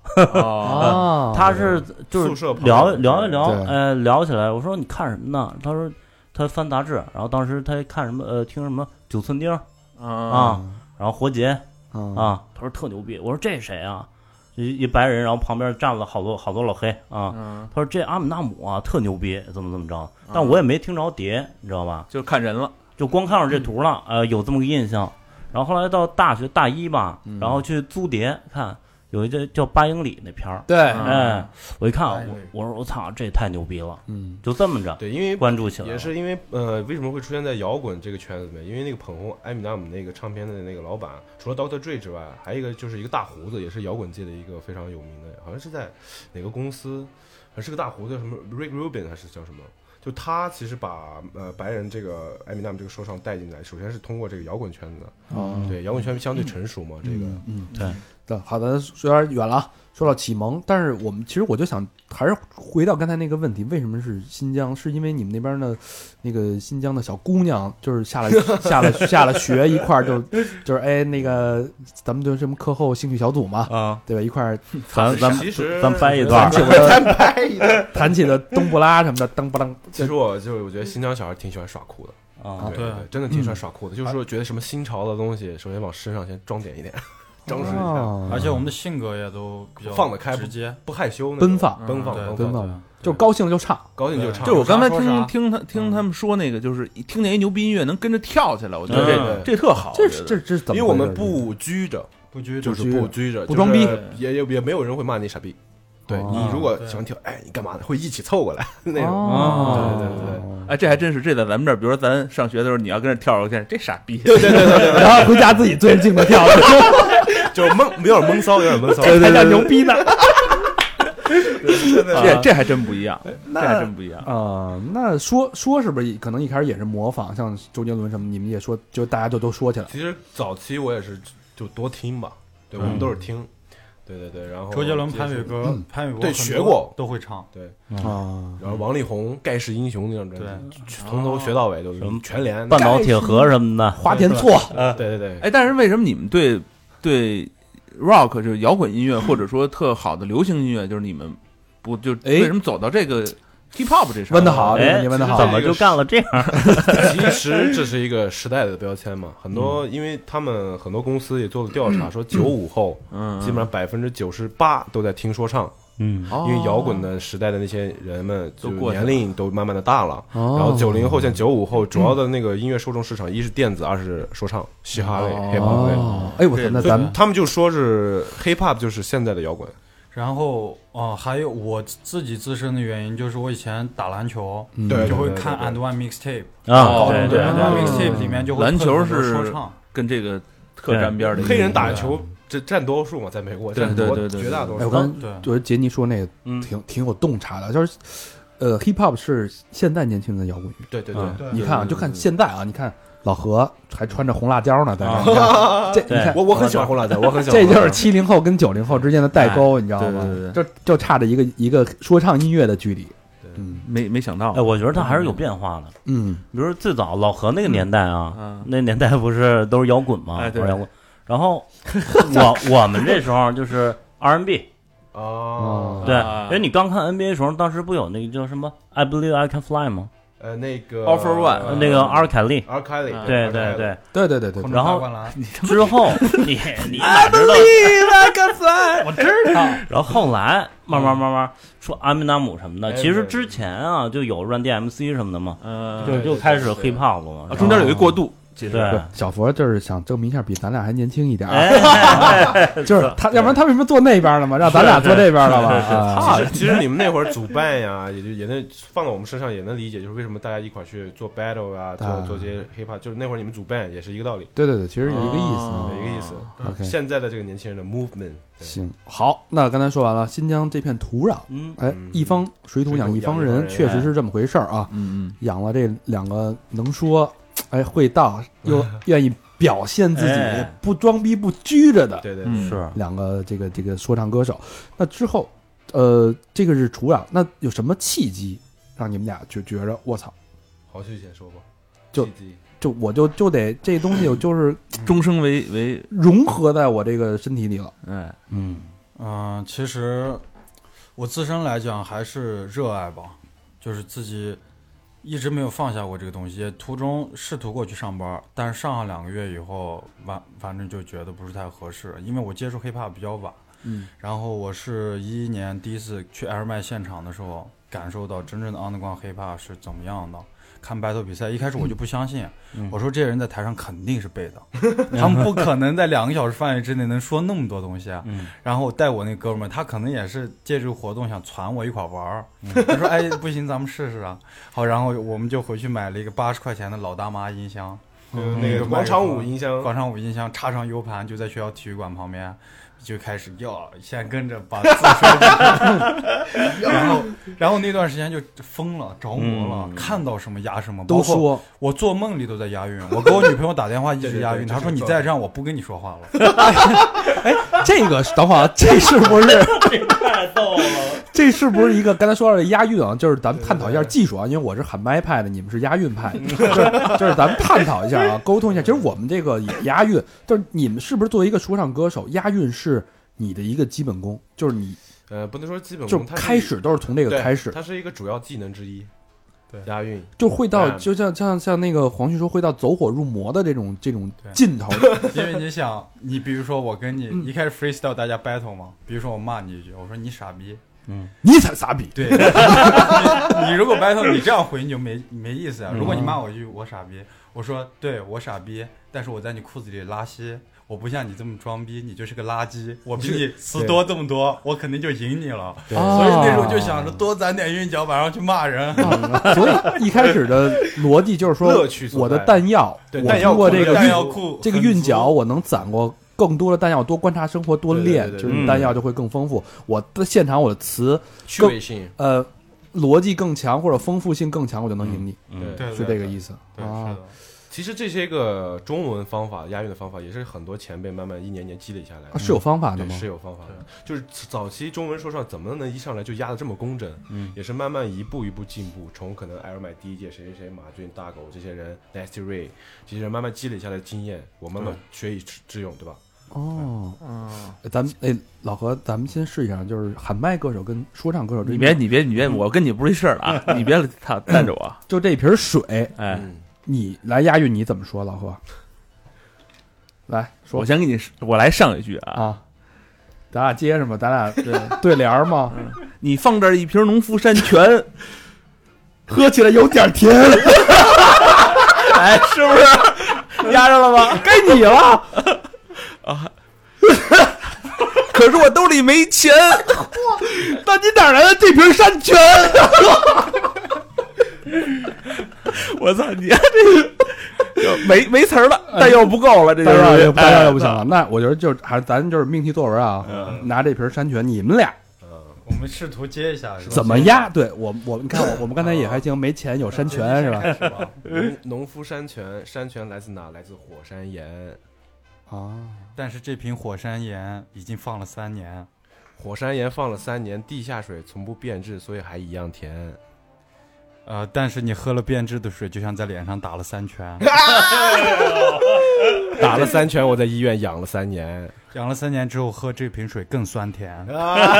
S2: 哦
S3: 啊
S4: 他是就是
S7: 宿舍旁边
S4: 聊聊一聊
S3: 对，
S4: 呃，聊起来，我说你看什么呢？他说他翻杂志，然后当时他看什么，呃，听什么九寸钉儿
S2: 啊
S4: 啊，然后活结
S3: 啊
S4: 啊，他说特牛逼。我说这是谁啊？一一白人，然后旁边站了好多好多老黑啊。
S9: 嗯，
S4: 他说这阿姆纳姆啊特牛逼，怎么怎么着，
S2: 嗯
S4: 但我也没听着碟，你知道吧？
S9: 就看人了，
S4: 就光看上这图了，呃，有这么个印象。然后后来到大学大一吧，然后去租碟看，有一个叫《八英里》那片儿，
S3: 对
S9: 嗯
S4: 哎，我一看啊
S6: 八英
S4: 我
S6: 里
S4: 我说我操，这也太牛逼了，
S3: 嗯，
S4: 就这么着
S7: 对，因为
S4: 关注起来了，
S7: 也是因为呃，为什么会出现在摇滚这个圈子里面？因为那个捧红艾米纳姆那个唱片的那个老板，除了 Doctor Dre 之外，还有一个就是一个大胡子，也是摇滚界的一个非常有名的，好像是在哪个公司，还是个大胡子，叫什么 Rick Rubin 还是叫什么？就他其实把呃白人这个艾米纳姆这个说唱带进来，首先是通过这个摇滚圈子，
S4: 嗯
S3: 哦，
S7: 对摇滚圈子相对成熟嘛，这个
S3: 嗯，
S4: 对
S3: 对，好的，有点远了啊。说到启蒙，但是我们其实我就想，还是回到刚才那个问题，为什么是新疆？是因为你们那边的，那个新疆的小姑娘，就是下了下了下了学一块儿就就是哎那个咱们就什么课后兴趣小组嘛，
S2: 啊，
S3: 对吧？一块 儿
S4: 咱咱
S7: 其实
S4: 咱掰一段儿
S3: 弹起了 弹起了冬不拉什么的，噔不啷，
S7: 其实我就是我觉得新疆小孩挺喜欢耍酷的。
S4: 啊，
S7: 对
S6: 对
S7: 真的挺喜欢耍酷的，就是说觉得什么新潮的东西，首先往身上先装点一点，装饰一下，
S3: 哦
S6: 而且我们的性格也都比较
S7: 放得开
S6: 直接，
S7: 不害羞那种，
S3: 奔放
S7: 奔放，
S6: 对
S7: 奔
S3: 奔
S7: 放，
S3: 放
S6: 对
S3: 就高兴就唱，
S7: 高兴就唱。
S6: 对
S9: 就我刚才
S6: 说啥
S9: 听听他听他们说那个，就是一听见一牛逼音乐能跟着跳起来，我觉得
S7: 嗯
S9: 这这特好。
S3: 这
S9: 我觉
S3: 是
S9: 得
S3: 这这是怎
S7: 因
S3: 么回事？
S7: 为我们不拘着，
S6: 不拘
S7: 就是
S3: 拘着
S7: 不拘着，
S3: 不装逼
S7: 就是也也也没有人会骂你傻逼。对
S3: 哦
S7: 你如果喜欢跳，哎，你干嘛呢？会一起凑过来 那种。
S3: 哦，
S7: 对对对对
S9: 哎，这还真是，这在咱们这儿，比如说咱上学的时候，你要跟着跳，我见这傻逼，
S7: 对对对对
S3: 然后回家自己对着镜子跳，
S7: 对，就是懵，有点闷骚，有点闷 骚。
S3: 还叫牛逼呢。
S9: 啊这这还真不一样，这还真不一样。
S3: 啊、那说说是不是可能一开始也是模仿，像周杰伦什么，你们也说，就大家就都说起来，
S7: 其实早期我也是就多听吧，
S4: 嗯
S7: 对我们都是听，对对对。然后
S6: 周杰伦、
S7: 接
S6: 潘
S7: 触
S6: 玮柏、
S4: 嗯
S6: 潘玮柏
S7: 对
S6: 很多
S7: 学过
S6: 都会唱，
S7: 对，
S3: 啊，
S7: 然后王力宏《盖世英雄》那张专辑，从头学到尾都
S4: 什么
S7: 全连。
S4: 半导铁盒什么的，
S3: 花田错，
S6: 呃
S7: 对对对，
S9: 哎，但是为什么你们对对 rock 就是摇滚音乐，或者说特好的流行音乐，就是你们不就
S3: 哎
S9: 为什么走到这个 hip hop 这上？
S3: 问的好，这个
S4: 哎
S3: 问题问的好，
S4: 怎么就干了这样？
S7: 其实这是一个时代的标签嘛，很多因为他们很多公司也做了调查，说九五后
S9: 嗯，
S7: 基本上百分之九十八都在听说唱，
S4: 嗯，
S9: 上
S7: 因为摇滚的时代的那些人们就
S9: 都过去了
S7: 年龄都慢慢的大了，
S3: 哦
S7: 然后九零后像九五后主要的那个音乐受众市场，一是电子，二是说唱、嘻哈类、hip hop 类，
S3: 哦，哎，我操，那咱们
S7: 他们就说是 hip hop 就是现在的摇滚，
S6: 然后啊、呃还有我自己自身的原因，就是我以前打篮球，
S7: 对
S6: 就会
S7: 对对
S6: 看
S7: 对
S6: And One Mixtape，
S9: 哦
S2: 哦
S4: 啊，对
S6: 对
S4: 对，
S6: ，And One Mixtape 里面就会
S9: 篮球
S6: 碰很多
S9: 是
S6: 说唱，
S9: 跟这个特沾边儿的
S7: 黑人打球这占多数嘛，在美国
S9: 对
S7: 占多
S9: 对对对对
S7: 绝大多
S3: 哎，我
S7: 数。
S3: 刚
S6: 对
S3: 觉得杰尼说那个
S9: 嗯
S3: 挺挺有洞察的，就是呃，hip hop 是现在年轻人的摇滚乐，
S7: 对对
S9: 嗯
S7: 对，
S3: 你看啊，
S7: 对
S3: 就看现在啊，你看老何还穿着红辣椒呢，在那儿你看这你看
S7: 我我很喜欢红辣椒，我很喜欢
S3: 这
S7: 红辣椒。
S3: 就是七零后跟九零后之间的代沟，你知道吗？
S9: 对对对
S3: 就就差着一个一个说唱音乐的距离。嗯
S9: 没没想到啊
S4: 哎，，我觉得他还是有变化的。
S3: 嗯，
S4: 比如最早老何那个年代啊
S9: 嗯，
S4: 那年代不是都是摇滚吗？
S9: 哎对
S4: 都是摇滚。然后我我们这时候就是 R&B，
S7: 哦，
S4: 对
S9: 啊，
S4: 因为你刚看 NBA 的时候，当时不有那个叫什么 I Believe I Can Fly 吗？
S7: 呃，那个
S9: Offer
S7: 啊
S9: One
S4: 那个 R 凯利，
S7: R Kelly，
S9: 嗯
S4: 对对，对。
S3: 对对对对
S6: 空
S3: 对
S6: 中
S4: 然后
S6: 大灌篮
S4: 之后你你哪知道？
S9: 我知道，
S4: 然后后来慢慢慢慢说阿米纳姆什么的，
S7: 哎
S4: 其实
S7: 对
S4: 之前啊就有 Run DMC 什么的嘛，
S2: 呃
S9: 嗯，
S4: 就就开始 hip hop 了嘛
S2: 哦
S9: 啊。中间有一过渡，其实
S4: 对，
S3: 小佛就是想证明一下，比咱俩还年轻一点儿，啊
S4: 哎，
S3: 就是他，要不然他为什么坐那边了嘛，让咱俩坐这边了吧？啊
S7: 其实其实你们那会儿主办呀，也就也能放到我们身上也能理解，就是为什么大家一块儿去做 battle 啊，做
S3: 啊
S7: 做这些 hip hop，就是那会儿你们主办也是一个道理，
S3: 对对对，其实有一个意思啊
S9: 哦
S7: 有一个意思。嗯
S3: OK，
S7: 现在的这个年轻人的 movement，对
S3: 行，好，那刚才说完了新疆这片土壤，
S4: 嗯，
S3: 哎，
S7: 嗯
S3: 一方水土养一方人，
S7: 水土
S3: 确
S7: 养一方人
S3: 实是这么回事儿啊。
S9: 嗯嗯，
S3: 养了这两个能说，哎，会道又愿意表现自己
S4: 哎，
S3: 不装逼不拘着的
S7: 对对
S9: 嗯
S4: 是
S3: 两个这个这个说唱歌手。那之后，呃，这个是土壤，那有什么契机让你们俩就觉着我操？
S7: 好旭先说吧，
S3: 就
S7: 契机
S3: 就我就就得这东西，我就是
S9: 终生为为
S3: 融合在我这个身体里了。
S9: 哎，
S4: 嗯，
S6: 嗯、其实我自身来讲还是热爱吧，就是自己一直没有放下过这个东西，也途中试图过去上班，但是上了两个月以后，反反正就觉得不是太合适，因为我接触 hiphop 比较晚，
S3: 嗯，
S6: 然后我是一一年第一次去 Air 麦现场的时候，感受到真正的 underground hip hop 是怎么样
S7: 嗯
S6: 的。看 battle 比赛，一开始我就不相信，我说这些人在台上肯定是背的，他们不可能在两个小时范围之内能说那么多东西啊。然后我带我那哥们儿，他可能也是借这个活动想攒我一块儿玩儿，他说：“哎，不行，咱们试试啊。”好，然后我们就回去买了一个八十块钱的老大妈音箱，
S7: 嗯那个广场舞音箱，
S6: 广场舞音箱插上 U 盘，就在学校体育馆旁边，就开始要先跟着把字说出来，然后然后那段时间就疯了，着魔了，
S7: 嗯
S6: 看到什么押什么，
S3: 都
S6: 包括
S3: 说
S6: 我做梦里都在押韵。我给我女朋友打电话一直押韵，
S7: 对对对
S6: 她说
S7: 这
S6: 你
S7: 个
S6: 再这样我不跟你说话了。
S3: 这个，等 会儿啊，这是不是
S4: 太逗了，
S3: 这是不是一个刚才说到的押韵啊？就是咱们探讨一下技术啊，因为我是喊麦派的，你们是押韵派 的，就是就是咱们探讨一下啊，沟通一下。其实我们这个也押韵，就是你们是不是作为一个说唱歌手，押韵是你的一个基本功，就是你
S7: 呃，不能说基本
S3: 就
S7: 功，它是
S3: 开始都是从这个
S7: 对
S3: 开始，
S7: 它是一个主要技能之一，
S6: 对
S7: 押韵。
S3: 就会到
S7: 嗯
S3: 就像像像那个黄旭说，会到走火入魔的这种这种
S6: 对
S3: 尽头。
S6: 因为你想，你比如说我跟你一开始 freestyle 大家 battle 嘛，比如说我骂你一句，我说你傻逼，
S3: 你才 傻逼，
S6: 对 你，你如果 battle 你这样回你就没没意思啊。
S3: 嗯
S6: 如果你骂我一句我傻逼，我说对我傻逼，但是我在你裤子里拉稀。我不像你这么装逼，你就是个垃圾。我比你词多这么多，我肯定就赢你了。
S3: 所
S6: 所以那时候就想着多攒点韵脚板，然后去骂人。
S3: 所以一开始的逻辑就是说，
S7: 乐趣所在
S3: 我的弹药，
S7: 对
S3: 我
S7: 弹药
S3: 通过
S7: 库
S3: 这个
S6: 弹
S3: 运
S6: 药库
S3: 这个
S6: 很足
S3: 韵脚，我能攒过更多的弹药，多观察生活，多
S7: 对对对
S3: 练，
S7: 对嗯
S3: 就
S7: 对
S3: 是弹药就会更丰富。我的现场我的词
S7: 趣味性，
S3: 呃逻辑更强或者丰富性更强，我就能赢你，
S4: 嗯，
S6: 对，
S3: 是这个意思
S6: 对，是
S3: 啊
S6: 的。。
S7: 其实这些个中文方法、押韵的方法，也是很多前辈慢慢一年年积累下来
S3: 啊
S7: 的。
S3: 是有方法的
S7: 对，
S3: 吗？
S7: 是有方法的。就是早期中文说唱怎么能一上来就压的这么工整？嗯，也是慢慢一步一步进步，从可能艾尔麦第一届谁谁谁、马俊、大狗这些人，Nasty Ray 这些人慢慢积累下来的经验，我慢
S3: 嗯
S7: 慢学以致致用，对吧？
S3: 哦，咱们哎，老何，咱们先试一下，就是喊麦歌手跟说唱歌手这
S2: 你别你别你别，我跟你不是一事儿了啊！你别他带着我，
S3: 就这瓶水，
S2: 哎，
S7: 嗯，
S3: 你来押韵，你怎么说，老何？来说
S2: 我先给你，我来上一句啊，
S3: 啊，咱俩接上吧，咱俩 对对联儿嘛，
S2: 你放这儿一瓶农夫山泉，
S3: 喝起来有点甜，
S2: 哎，是不是压上了吧？
S3: 该你了。
S2: 可是我兜里没钱，
S3: 那你哪来的这瓶山泉？
S2: 我操你这个没没词儿了，弹药不够了，这就
S3: 当
S2: 是
S3: 然也
S2: 哎
S3: 不当然也不行了。那我觉得就是还是咱就是命题作文啊，拿这瓶山泉，你们俩
S6: 我们试图接一下，是吧
S3: 怎么压？对我我你看我我们刚才也还行，没钱有山泉 是吧？
S6: 开始吧？
S7: 农农夫山泉，山泉来自哪？来自火山岩。
S3: 啊，
S6: 但是这瓶火山岩已经放了三年，
S7: 火山岩放了三年，地下水从不变质，所以还一样甜。
S6: 呃，但是你喝了变质的水，就像在脸上打了三拳，
S7: 打了三拳，我在医院养了三年。
S6: 养了三年之后喝这瓶水更酸甜，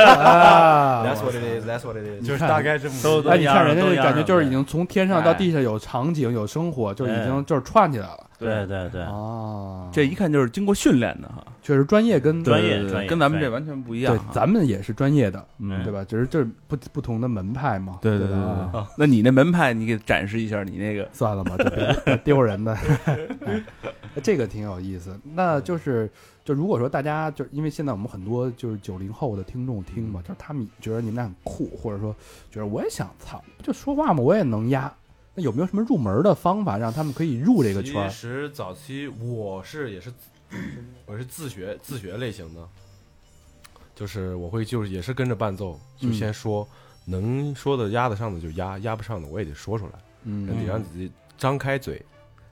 S7: That's what it is. That's what it is.
S6: 就是大概这么
S4: 都
S6: 个
S3: 哎，
S6: 意
S3: 你
S6: 思。
S3: 看人家
S4: 都一
S3: 这
S4: 样
S3: 感觉就是
S4: 对
S3: 已经从天上到地下有场景有生活，就是已经就是串起来了
S4: 对对对，
S3: 哎啊。
S2: 这一看就是经过训练的哈，
S3: 确实专业跟
S4: 专业
S2: 对
S4: 专业
S2: 跟咱们
S4: 专业
S2: 这完全不一样
S3: 对
S2: 啊。
S3: 咱们也是专业的，
S2: 嗯
S3: 对吧？只是这不不同的门派嘛，
S2: 对对
S3: 吧
S2: 对对对，哦那你那门派，你给展示一下你那个
S3: 算了吧，这别 丢人的、哎这个挺有意思。
S7: 嗯
S3: 那就是，就如果说大家就是因为现在我们很多就是九零后的听众听
S7: 嗯
S3: 嘛，就是他们觉得你们俩很酷，或者说觉得我也想操，不就说话嘛，我也能压。那有没有什么入门的方法让他们可以入这个圈儿
S7: 其？实早期我是也是自， 我是自学自学类型的，就是我会就是也是跟着伴奏，就
S3: 嗯
S7: 先说、能说的压得上的就压，压不上的我也得说出来，
S3: 嗯
S7: 得让自己张开嘴。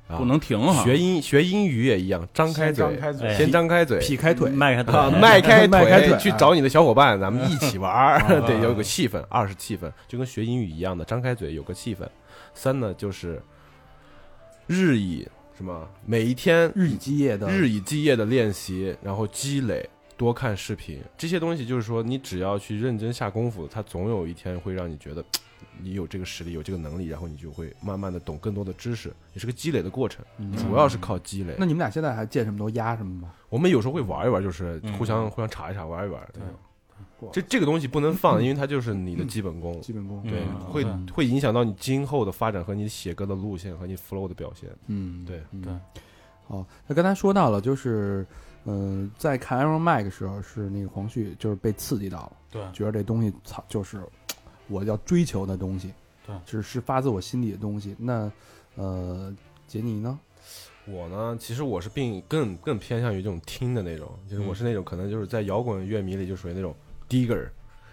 S7: 啊，
S2: 不能停哈。
S7: 学英学英语也一样，张开嘴，
S6: 先张开嘴
S4: 哎
S7: 先张开嘴，
S3: 劈开腿，
S4: 迈开腿
S7: 啊，迈开
S3: 迈开腿啊
S7: 去找你的小伙伴，咱们一起玩儿， 得有个气氛，二是气氛，就跟学英语一样的，张开嘴有个气氛。三呢就是日以什么，每一天
S3: 日以继夜的
S7: 日以继夜的练习，然后积累，多看视频，这些东西就是说，你只要去认真下功夫，它总有一天会让你觉得你有这个实力，有这个能力，然后你就会慢慢的懂更多的知识，也是个积累的过程，主要是靠积累。
S3: 嗯那你们俩现在还见什么都压什么吗？
S7: 我们有时候会玩一玩，就是互相、互相查一查，玩一玩。
S6: 对
S3: 哇
S7: 这这个东西不能放，因为它就是你的基本功，
S3: 基本功，
S7: 对，
S4: 嗯
S7: 会会影响到你今后的发展和你写歌的路线和你 flow 的表现。
S3: 嗯，
S7: 对
S3: 嗯
S6: 对。
S3: 好，那刚才说到了，就是，呃，在看 Iron Mike 的时候，是那个黄旭就是被刺激到了，
S6: 对
S3: 觉得这东西操，就是我要追求的东西，
S6: 对
S3: 只是发自我心底的东西。那，呃，杰尼呢？
S7: 我呢，其实我是并更更偏向于这种听的那种，就是我是那种可能就是在摇滚乐迷里就属于那种 digger，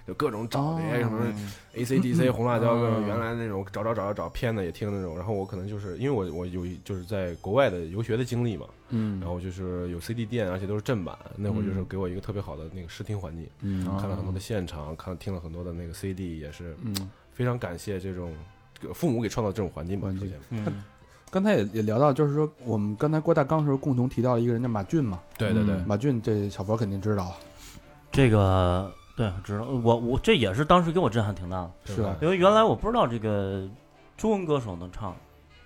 S7: 就各种找的呀
S3: 哦
S7: 什么 ACDC、红辣椒，各
S3: 啊
S7: 种原来那种找找找找找偏的也听的那种。然后我可能就是因为我我有一就是在国外的游学的经历嘛，
S3: 嗯
S7: 然后就是有 CD 店，而且都是正版，那会儿就是给我一个特别好的那个试听环境，
S3: 嗯
S7: 看了很多的现场，看听了很多的那个 CD，也是
S3: 嗯，
S7: 非常感谢这种父母给创造这种环境吧。
S3: 环境
S7: 首先，
S4: 嗯
S3: 刚才也也聊到，就是说我们刚才郭大纲的时候共同提到一个人叫马俊嘛，
S7: 对对对，
S3: 马俊这小佛肯定知道啊，
S4: 这个对，知道我我这也是当时给我震撼挺大的，
S7: 对
S3: 是吧啊
S4: 因为原来我不知道这个中文歌手能唱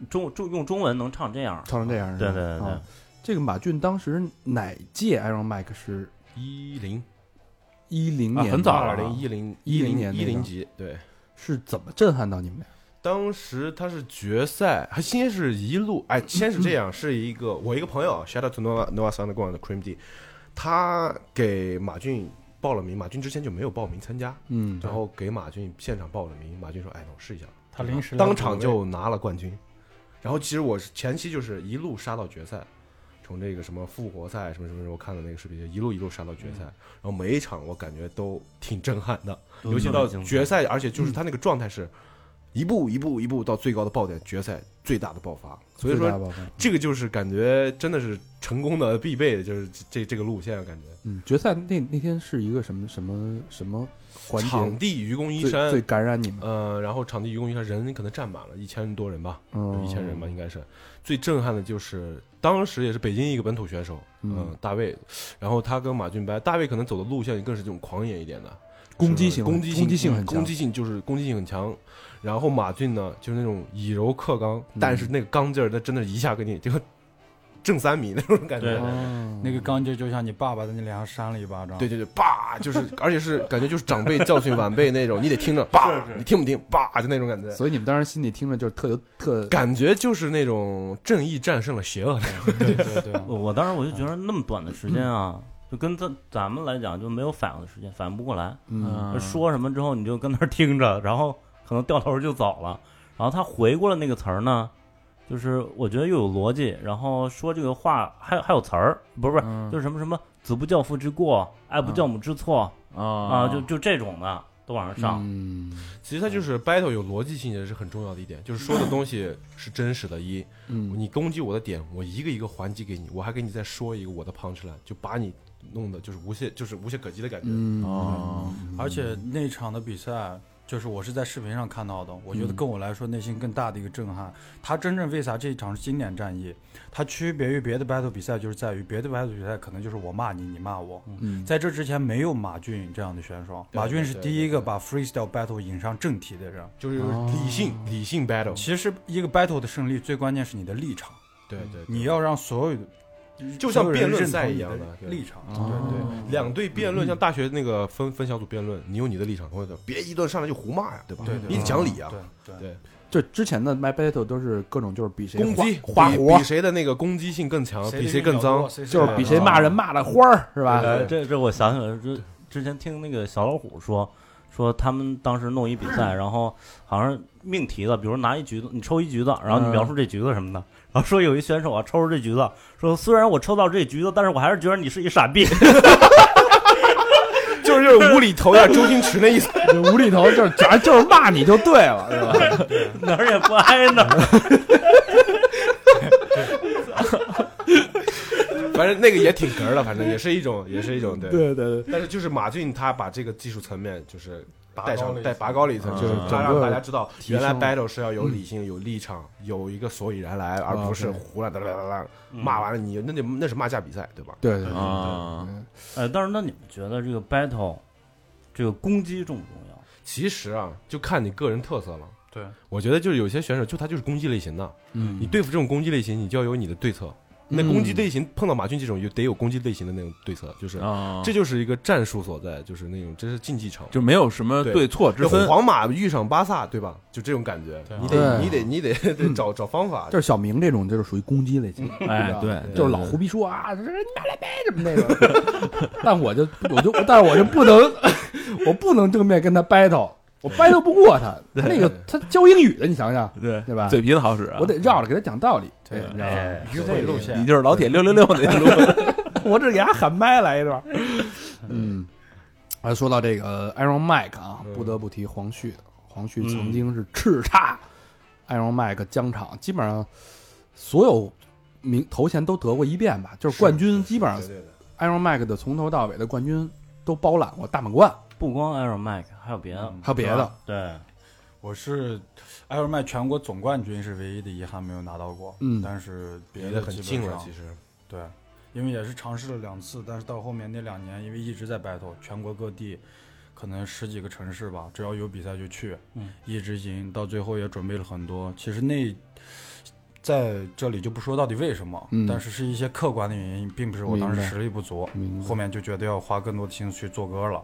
S4: 中中用中文能唱这样，
S3: 唱成这样是
S4: 对
S3: 吧
S4: 对对对
S3: 啊这个马俊当时哪届 Iron Mike 是
S7: 一零
S3: 一零
S9: 啊
S3: 年、
S9: 很早了
S7: 二零一零
S3: 10年
S7: 一
S3: 那个
S7: 零级，对，
S3: 是怎么震撼到你们俩？
S7: 当时他是决赛，还先是一路，哎，先是这样，是一个我一个朋友，shout out to Noah Noah Soundground 的 Cream D，他给马俊报了名，马俊之前就没有报名参加，
S3: 嗯，
S7: 然后给马俊现场报了名，马俊说，哎，那我试一下，
S6: 他临时来
S7: 当场
S6: 补
S7: 就拿了冠军。然后其实我是前期就是一路杀到决赛，从这个什么复活赛什么什么什么，我看的那个视频就一路一路杀到
S6: 嗯
S7: 决赛。然后每一场我感觉都挺震撼的，
S4: 都
S7: 尤其
S4: 特别
S7: 到
S4: 精彩
S7: 决赛，而且
S3: 嗯
S7: 就是他那个状态是一步一步一步到最高的爆点，决赛最大的爆发。所以
S3: 最大
S7: 说
S3: 爆发
S7: 这个就是感觉真的是成功的必备的，就是这这这个路线啊感觉。
S3: 嗯，决赛那那天是一个什么什么什么环
S7: 场
S3: 节
S7: 地愚公移
S3: 最最
S7: 山，
S3: 感染你们？
S7: 呃，然后场地愚公移山人可能站满了一千多人吧，有
S3: 嗯，
S7: 一千人吧，应该是。最震撼的就是当时也是北京一个本土选手，
S3: 嗯
S7: 嗯，大卫，然后他跟马俊白，大卫可能走的路线更是这种狂野一点的，
S3: 攻击性
S7: 攻击
S3: 攻击性
S7: 性嗯
S3: 很强
S7: 攻击性就是攻击性很强。然后马俊呢，就是那种以柔克刚，
S3: 嗯
S7: 但是那个刚劲儿，他真的一下给你这个正三米那种感觉
S4: 对。
S3: 哦
S6: 那个钢筋就像你爸爸在你脸上扇了一巴 掌，
S7: 对，对对，叭，就是，而且是感觉就是长辈教训晚辈那种，你得听着，叭，你听不听，叭，就那种感觉，
S3: 所以你们当时心里听着就是特有特
S7: 感觉就是那种正义战胜了邪恶那种。
S6: 对对对，
S4: 我我当时我就觉得那么短的时间啊，就跟咱咱们来讲就没有反应的时间，反应不过来。
S3: 嗯
S4: 就说什么之后你就跟那儿听着，然后可能掉头就走了。然后他回过了那个词儿呢，就是我觉得又有逻辑，然后说这个话还有还有词儿，不是不是，就是什么什么子不教父之过，爱不教母之错、啊，
S9: 啊
S4: 就就这种的都往上上。
S3: 嗯
S7: 其实它就是 battle 有逻辑性也是很重要的一点，就是说的东西是真实的。一，
S3: 嗯
S7: 你攻击我的点，我一个一个还击给你，我还给你再说一个我的 punch line，就把你弄的就是无懈就是无懈可击的感觉。
S3: 嗯
S9: 哦，
S6: 而且那场的比赛，就是我是在视频上看到的，我觉得跟我来说内心更大的一个震撼。他真正为啥这一场是经典战役？它 区别于别的 battle 比赛，就是在于别的 battle 比赛可能就是我骂你，你骂我。
S3: 嗯
S6: 在这之前没有马俊这样的选手，
S7: 对
S6: 马俊是
S7: 对
S6: 第一
S7: 对
S6: 个
S7: 对
S6: 把 freestyle battle 引上正题的人。
S7: 就是
S6: 哦
S7: 理性、理性 battle。
S6: 其实一个 battle 的胜利，最关键是你的立场，
S7: 对对，对
S6: 你要让所有的
S7: 就像
S6: 所有人
S7: 辩论
S6: 认同
S7: 赛
S6: 你
S7: 一样的对嗯
S6: 立场。嗯
S7: 对两队辩论，像大学那个分分小组辩论，你有你的立场，或者别一顿上来就胡骂呀，对吧？
S6: 对对
S7: 你得讲理啊。
S6: 对对
S7: 对，
S3: 就之前的 My Battle 都是各种就是比谁
S7: 攻击
S3: 花
S7: 比
S3: 活
S7: 比，谁的那个攻击性更强，比谁
S6: 谁
S7: 更脏。
S3: 就是比谁
S7: 啊
S3: 骂人骂的花儿是吧？
S7: 哎
S4: 呃， 这这我想起来，之之前听那个小老虎说，说他们当时弄一比 赛，然后好像是命题的，比如拿一橘子，你抽一橘子，然后你描述
S6: 嗯
S4: 这橘子什么的，然后说有一选手啊抽着这橘子，说虽然我抽到这橘子，但是我还是觉得你是一傻逼。
S7: 就是就是无厘头， 有点周星驰那意思。
S3: 这无厘头就是反正就是骂你就对了是吧？
S4: 哪儿也不 挨哪儿。
S7: 反反正那个也挺哏儿的，反正也是 一种，也是一种对。
S3: 对对对，
S7: 但是就是马俊他把这个技术层面就是带
S6: 带
S7: 上
S6: 上
S7: 带
S6: 带
S7: 拔高了一层，啊就是
S3: 嗯
S7: 他
S3: 整
S7: 让
S3: 个
S7: 大家知道，
S3: 提
S7: 原来
S3: 升
S7: battle 是要有理性、有立场、有一个所以然来，而不是
S3: OK
S7: 胡乱哒哒哒哒骂完了你，那就那是骂架比赛，对吧？
S3: 对对对，
S9: 啊，
S4: 呃，但是那你们觉得这个 battle 这个攻击重不重要？
S7: 其实啊，就看你个人特色了。
S6: 对，
S7: 我觉得就是有些选手就他就是攻击类型的，
S3: 嗯
S7: 你对付这种攻击类型，你就要有你的对策。那攻击类型碰到马俊这种，就得有攻击类型的那种对策，就是
S9: 啊，
S7: 这就是一个战术所在，就是那种这是竞技场。
S9: 就没有什么对错之
S7: 这
S9: 分。
S7: 皇马遇上巴萨，对吧？就这种感觉，
S6: 对
S7: 你得
S3: 对
S7: 你得你得得找找方法。
S3: 就是小明这种就是属于攻击类型，
S9: 哎
S3: 吧
S9: 对对
S3: 就是
S2: 嗯
S3: 老胡逼说啊，这是你买来呗什么那个， 但我就我就但是我就不能，我不能正面跟他 battle，我 battle 不过他，他那个他教英语的，你想想，
S9: 对
S3: 对吧
S9: 嘴皮子好使啊！
S3: 我得绕着给他讲道理，
S6: 对
S3: 你知道吗？
S6: 是哎这路线
S9: 你。就是老铁六六六那路，
S3: 我这给他喊麦来一段。嗯，啊，说到这个 Iron Mike 啊，
S7: 嗯
S3: 不得不提黄旭，黄旭曾经是叱咤 Iron Mike 疆场，基本上所有名头衔都得过一遍吧，就是冠军，基本上
S7: 对对对
S3: Iron Mike 的从头到尾的冠军都包揽过大满贯，
S4: 不光 Iron Mike，还有别的。
S6: 嗯
S7: 嗯
S3: 还有别的，
S4: 对，
S6: 我是艾尔麦全国总冠军是唯一的遗憾没有拿到过，
S3: 嗯
S6: 但是别
S7: 离
S6: 的
S7: 得很
S6: 基
S7: 近
S6: 本
S7: 了，
S6: 上
S7: 其实
S6: 对，因为也是尝试了两次，但是到后面那两年，因为一直在 battle，全国各地，可能十几个城市吧，只要有比赛就去，
S4: 嗯，
S6: 一直赢，到最后也准备了很多。其实那在这里就不说到底为什么，
S3: 嗯
S6: 但是是一些客观的原因，并不是我
S3: 明白
S6: 当时实力不足，
S3: 明白
S6: 后面就觉得要花更多的心思去做歌了。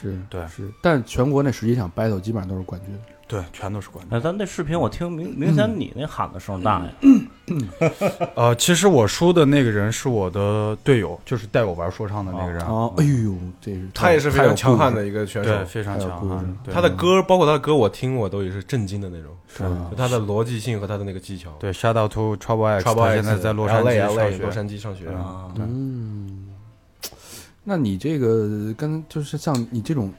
S3: 是
S6: 对
S3: 是，但全国那十一场 battle 基本上都是冠军，
S6: 对，全都是冠军。
S4: 哎，咱那视频我听明明显你那喊的声大
S6: 嗯
S4: 呀。
S6: 呃，其实我输的那个人是我的队友，就是带我玩说唱的那个人，啊
S3: 哦，哎呦，这是
S7: 嗯他也是非
S3: 太有
S7: 常强悍
S3: 故事
S7: 的一个选
S6: 对，
S7: 手。
S6: 非常
S3: 太有
S6: 强
S3: 故事
S6: 悍
S3: 了。
S6: 对
S7: 他的歌，包括他的歌，我听我都也是震惊的那种，
S3: 是吧
S7: 就他的逻辑性和他的那个技巧。
S6: 对，shout out to Trouble X，
S7: Trouble
S6: 他
S7: X
S6: 现在在洛杉矶
S7: LA LA
S6: 上
S7: 洛
S6: 学。
S7: 杉矶上学。
S4: 啊，
S3: 嗯，那你这个跟就是像你这种，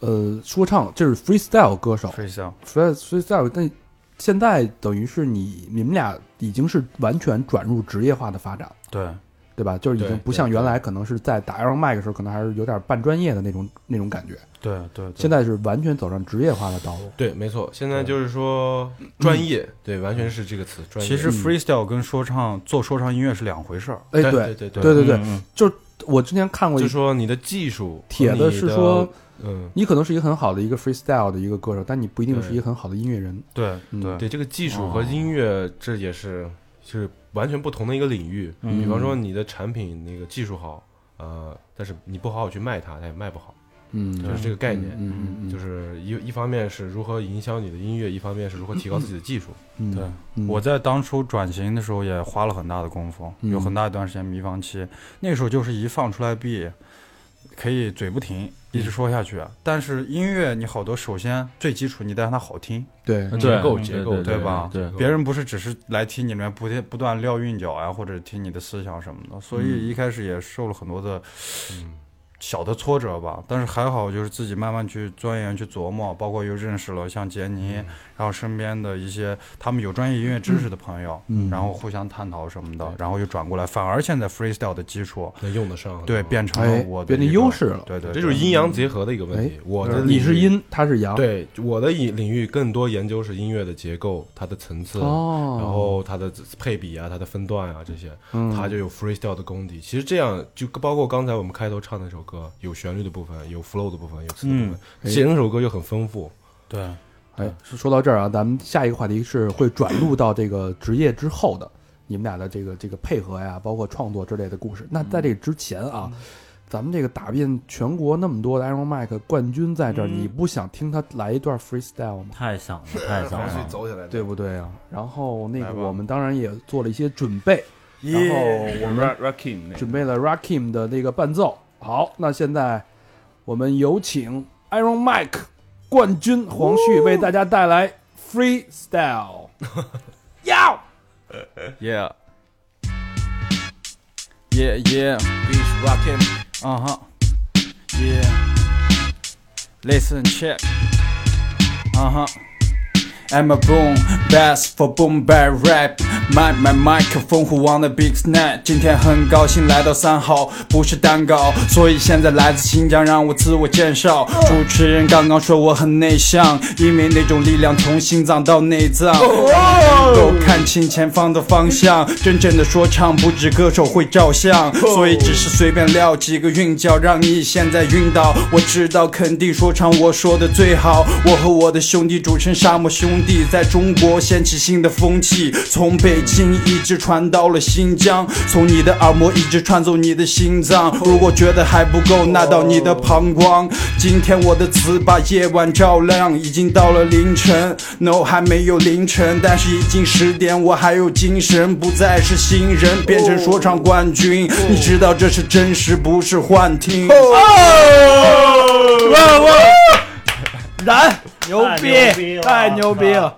S3: 呃，说唱就是 freestyle 歌手
S6: freestyle，
S3: ，free freestyle，但现在等于是你你们俩已经是完全转入职业化的发展，
S6: 对，
S3: 对吧？就是已
S7: 对
S3: 经不像
S7: 对
S3: 原来可能是在打 Iron Mike 的时候，可能还是有点半专业的那种那种感觉，
S6: 对对对，
S3: 现在是完全走上职业化的道路。
S7: 对，没错，现在就是说专业，对，完全是这个词。专
S3: 嗯
S7: 业
S6: 其实 freestyle 跟说唱做说唱音乐是两回事儿。
S3: 哎，对
S7: 对对对
S3: 对对对，
S4: 嗯
S3: 就是我之前看过一
S7: 就说你的技术和
S3: 帖子是
S7: 你的
S3: 说，
S7: 嗯，
S3: 你可能是一个很好的一个 freestyle 的一个歌手，但你不一定是一个很好的音乐人。
S6: 对
S3: 嗯
S6: 对
S7: 对这个技术和音乐，这也是是完全不同的一个领域。
S4: 嗯
S7: 比方说你的产品那个技术好，呃，但是你不好好去卖它，它也卖不好，
S3: 嗯，
S7: 就是这个概念。
S3: 嗯嗯嗯，
S7: 就是一一方面是如何营销你的音乐，一方面是如何提高自己的技术。
S3: 嗯
S6: 对，
S3: 嗯
S6: 我在当初转型的时候也花了很大的功夫，
S3: 嗯
S6: 有很大一段时间迷茫期。那个时候就是一放出来 B，可以嘴不停，一直说下去。啊但是音乐你好多，首先最基础你得让它好听，
S3: 对
S9: 对
S7: 那结构
S9: 嗯
S7: 结构
S9: 对
S6: 对吧
S9: 对
S6: 别人不是只是来听你里面不停不断撂韵脚呀、啊或者听你的思想什么的，所
S3: 嗯
S6: 以一开始也受了很多的
S7: 嗯
S6: 小的挫折吧。但是还好，就是自己慢慢去钻研、去琢磨，包括又认识了像杰尼，
S3: 嗯
S6: 然后身边的一些他们有专业音乐知识的朋友，
S3: 嗯
S6: 然后互相探讨什么的，然后又转过来，反而现在 freestyle 的基础
S7: 能用得上。
S6: 对
S7: 嗯
S6: 变成
S3: 哎
S6: 了我的
S3: 变成
S6: 一个
S3: 优势了
S6: 对对，
S7: 这就是
S6: 对
S7: 阴阳结合的一个问题。我的
S3: 嗯哎你是
S7: 领域
S3: 阴，他是阳，
S7: 对我的领领域更多研究是音乐的结构、它的层次，
S3: 哦，
S7: 然后它的配比啊、它的分段啊这些，
S3: 嗯
S7: 它就有 freestyle 的功底。其实这样就包括刚才我们开头唱那首歌，有旋律的部分，有 flow 的部分，有词的部分，
S3: 哎
S7: 整首歌又很丰富。
S6: 对
S3: 哎，说说到这儿啊，咱们下一个话题是会转入到这个职业之后的，你们俩的这个这个配合呀，包括创作之类的故事。那在这之前啊，咱们这个打遍全国那么多的 Iron Mike 冠军在这儿，你不想听他来一段 freestyle 吗？
S4: 太想了，太想了。
S7: 走起来，
S3: 对不对啊？然后那
S6: 来
S3: 个
S6: 吧
S3: 我们当然也做了一些准备，然后我们
S9: Rakim 那
S3: 准备了 Rakim 的那个伴奏。好，那现在我们有请 Iron Mike 冠军黄旭为大家带来 Freestyle。要
S6: yeah yeah yeah beats rocking 啊哈 yeah listen check
S8: Uh-huh
S6: 啊哈。I'm a boom bass for boom bap rap.
S8: My my microphone who want the big snack？今天很高兴来到三好，不是蛋糕，所以现在来自新疆，让我自我介绍。主持人刚刚说我很内向，因为那种力量从心脏到内脏，让人能够看清前方的方向。真正的说唱不止歌手会照相，所以只是随便撂几个韵脚，让你现在晕倒。我知道肯定说唱我说的最好，我和我的兄弟主持人沙漠兄弟在中国掀起新的风气，从北京一直传到了新疆，从你的耳膜一直穿走你的心脏。如果觉得还不够，那到你的膀胱。今天我的词把夜晚照亮，已经到了凌晨。No，还没有凌晨，但是已经十点，我还有精神，不再是新人，变成说唱冠军。你知道这是真实，不是幻听。
S3: 燃，牛
S4: 太牛逼
S3: 逼，
S4: 了
S3: 太牛逼了！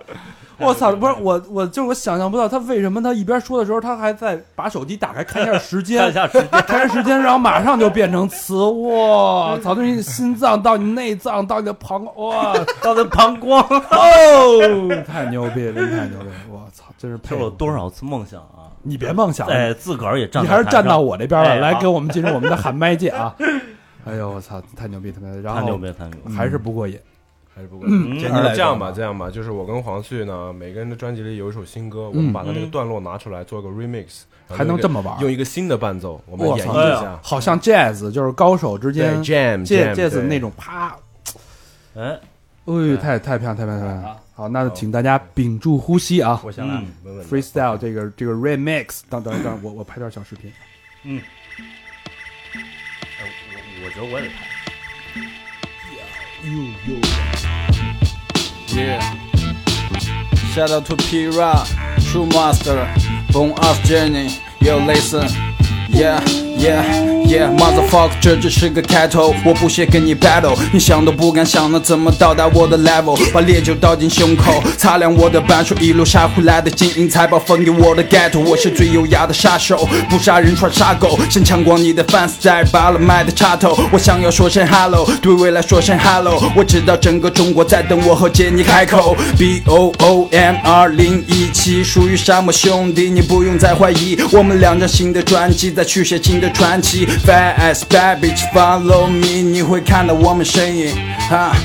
S3: 我操，不是我，我就是我想象不到他为什么他一边说的时候，他还在把手机打开看一下时
S4: 看一
S3: 间，
S4: 下时间，
S3: 看一下时间，然后马上就变成 词。哇操！从你心脏到你内脏到你的膀胱，哇
S4: 到底膀 胱。
S3: 哦，太牛逼了，真太牛逼！了！我操，真是
S4: 这
S3: 佩
S4: 是我
S3: 服
S4: 多！少次梦想啊！
S3: 你别梦想了，
S4: 哎，自个儿也站，
S3: 你还是站到
S4: 我，
S3: 我这边了，
S4: 哎
S3: 来
S4: 好
S3: 给我们进入我们的喊麦界啊！哎呦，我操，太牛逼，太牛逼！然
S4: 太牛
S3: 后
S4: 逼，太牛逼！
S3: 还是不过瘾，
S7: 还是不够。
S4: 嗯
S7: 简单的这样吧，这样吧，就是我跟黄旭呢，每个人的专辑里有一首新歌，我们把他那个段落拿出来做个 remix，然后
S3: 嗯还能
S7: 用一个
S3: 这么玩
S7: 用一个新的伴奏，我们
S3: 我
S7: 演
S3: 操
S7: 绎一下。
S3: 啊好像 jazz 就是高手之
S7: 对
S3: 间
S7: jam
S3: jazz
S7: jam，
S3: jazz
S7: 对
S3: 那种啪
S4: 哎，
S3: 哎，太太漂亮，太漂亮，太漂亮！好，那请大家屏住呼吸啊
S7: 我想来
S4: 嗯
S7: 稳稳的
S3: ，freestyle 这个这个 remix，等等等，我我拍段小视频。
S4: 我我觉得我也拍，
S8: Yeah. Shout out to P Rock, True Master, Bone Us Journey. Yo, listen. Yeah, yeah, yeah, motherfucker，这只是个开头，我不屑跟你 battle，你想都不敢想，那怎么到达我的 level？把烈酒倒进胸口，擦亮我的板手，一路杀回来的金银财宝分给我的 ghetto，我是最优雅的杀手，不杀人耍杀狗，先抢光你的 fans，再拔了麦的插头，我想要说声 hello，对未来说声 hello，我知道整个中国在等我和杰尼开口，B O O M 二零一七属于沙漠兄弟，你不用再怀疑，我们两张新的专辑在续写新的传奇，Fast bad bitch follow me，你会看到我们身影，哈。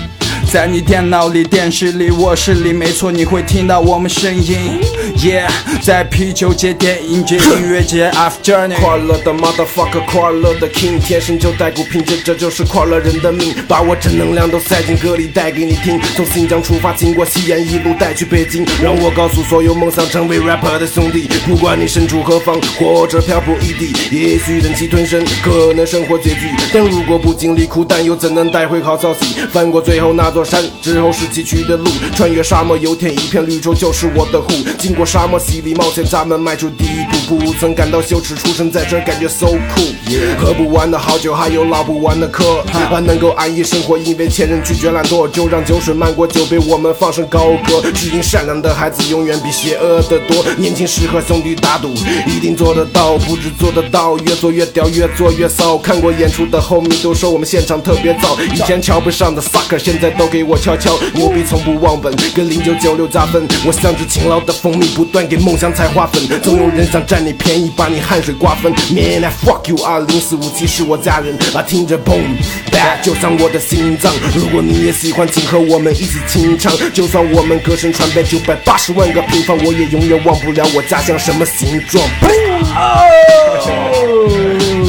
S8: 在你电脑里、电视里、卧室里，没错，你会听到我们声音。Yeah，在啤酒节、电影节、音乐节，After Journey。
S5: 快乐的 motherfucker，快乐的 king，天生就带股凭借这就是快乐人的命，把我正能量都塞进歌里带给你听。从新疆出发，经过西安，一路带去北京。让我告诉所有梦想成为 rapper 的兄弟，不管你身处何方，活着漂泊异地，也许忍气吞声，可能生活拮据，但如果不经历苦难，又怎能带回好消息？翻过最后那座山之后是崎岖的路，穿越沙漠油田，一片绿洲就是我的湖。经过沙漠洗礼冒险，咱们迈出第一步，不曾感到羞耻，出生在这儿感觉 so cool。喝不完的好酒，还有唠不完的嗑，还能够安逸生活，因为前人拒绝懒惰，就让酒水漫过酒杯，我们放声高歌。只因善良的孩子永远比邪恶的多，年轻时和兄弟打赌，一定做得到，不止做得到，越做越屌，越做越骚。看过演出的后迷都说我们现场特别燥，以前瞧不上的 sucker，现在都给我敲敲，牛逼从不忘本，跟零九九六加分。我像只勤劳的蜂蜜，不断给梦想采花粉。总有人想占你便宜，把你汗水瓜分。Man I fuck you，二零四五七是我家人啊，听着 boom bad，就像我的心脏。如果你也喜欢，请和我们一起清唱。就算我们歌声传遍九百八十万个平方，我也永远忘不了我家乡什么形状。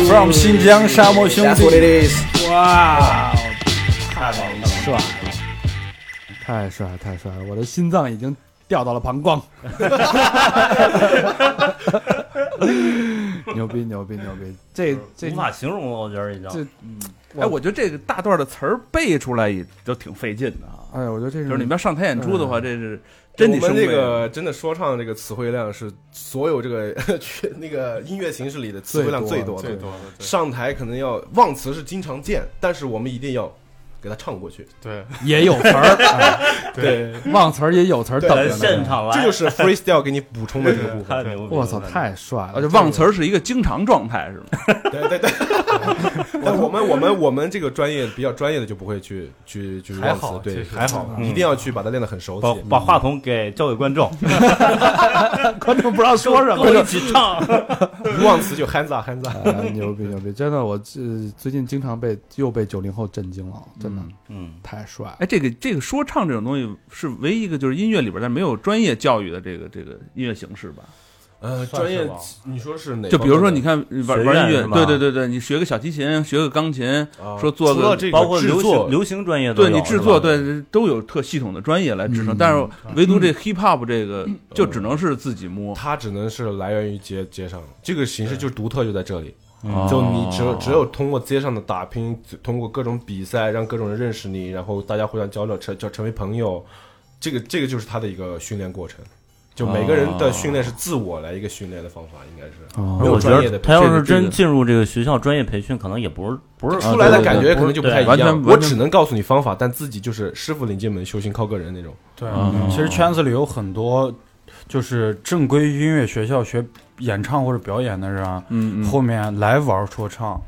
S8: From 新疆沙漠兄
S5: That's
S8: 弟
S5: what。it is。
S3: 帅，太帅了太帅了！我的心脏已经掉到了膀胱。牛逼牛逼牛逼！这这
S4: 无法形容了，我觉得已
S3: 这
S4: 经。
S2: 哎，我觉得这个大段的词儿背出来也都挺费劲的啊。
S3: 哎呀，我觉得这是
S6: 嗯
S2: 就是你们要上台演出的话，这是真
S7: 我
S2: 得生
S7: 们
S2: 背
S7: 这。个真的说唱这个词汇量是所有这个 去那个音乐形式里的词汇量最多的，
S3: 最
S6: 多的对
S7: 上台可能要忘词是经常见，但是我们一定要给它唱过去。
S6: 对，
S3: 也有词儿，
S7: 对，
S3: 哎忘词儿也有词儿，等
S4: 咱
S3: 着
S4: 现
S3: 呢。
S4: 场来，
S7: 这就是 freestyle 给你补充的这个部
S4: 太
S7: 分。
S4: 牛逼
S2: 啊
S4: 了！
S3: 我操，太帅了！
S2: 而且忘词儿是一个经常状态，是吗？
S7: 对对对，但我们我们我们这个专业比较专业的就不会去去去
S8: 还
S7: 忘词
S8: 好，
S7: 对
S8: 其，实还好
S7: 一定要去把它练得很熟
S4: 把
S7: 悉。
S4: 把话筒给交给观众，
S3: 观众不知道说什
S4: 跟 我一起唱。
S7: 不忘词就憨子啊憨子啊。
S3: 么。哎牛逼牛逼！真的，我呃最近经常被又被九零后震惊了，真的、
S4: 嗯，
S3: 太帅了。
S2: 哎，这个这个说唱这种东西是唯一一个就是音乐里边但没有专业教育的这个这个音乐形式吧？
S7: 呃，
S8: 算
S7: 专
S8: 是
S7: 业
S8: 吧，
S7: 你说是哪方面
S2: 就
S7: 的？
S2: 比如说你看玩
S4: 学
S2: 玩音
S4: 院
S2: 乐
S4: 是，吧
S2: 对对对对，你学个小提琴，学个钢琴，
S7: 啊
S2: 说做
S7: 除
S2: 个
S7: 了这个
S4: 包括
S7: 制
S4: 流
S7: 作
S4: 行流行专业都
S2: 对你
S4: 有
S2: 制作，，
S4: 是吧
S2: 对都有特系统的专业来支撑，
S3: 嗯
S2: 但是唯独这 hip hop 这个就只能是自己摸。
S7: 它只能是来源于街街上，这个形式就独特就在这里。
S4: 嗯
S2: 哦
S7: 就你只有只有通过街上的打拼，通过各种比赛，让各种人认识你，然后大家互相交流，成就成为朋友。这个这个就是他的一个训练过程，就每个人的训练是自我来一个训练的方法，应该是没
S4: 因为
S7: 有
S4: 哦我觉
S7: 专业的
S4: 得
S7: 培
S4: 他
S7: 训。
S2: 这
S4: 要是
S2: 个这
S4: 真
S2: 个
S4: 进入这个学校专业培训，可能也不是不是啊
S7: 出来的感觉可能就不太一
S2: 完全
S7: 样
S2: 完。全
S7: 我只能告诉你方法，但自己就是师傅领进门，修行靠个人那种。
S8: 对，其实圈子里有很多就是正规音乐学校学演唱或者表演的人啊，
S2: 嗯嗯，
S8: 后面来玩说唱，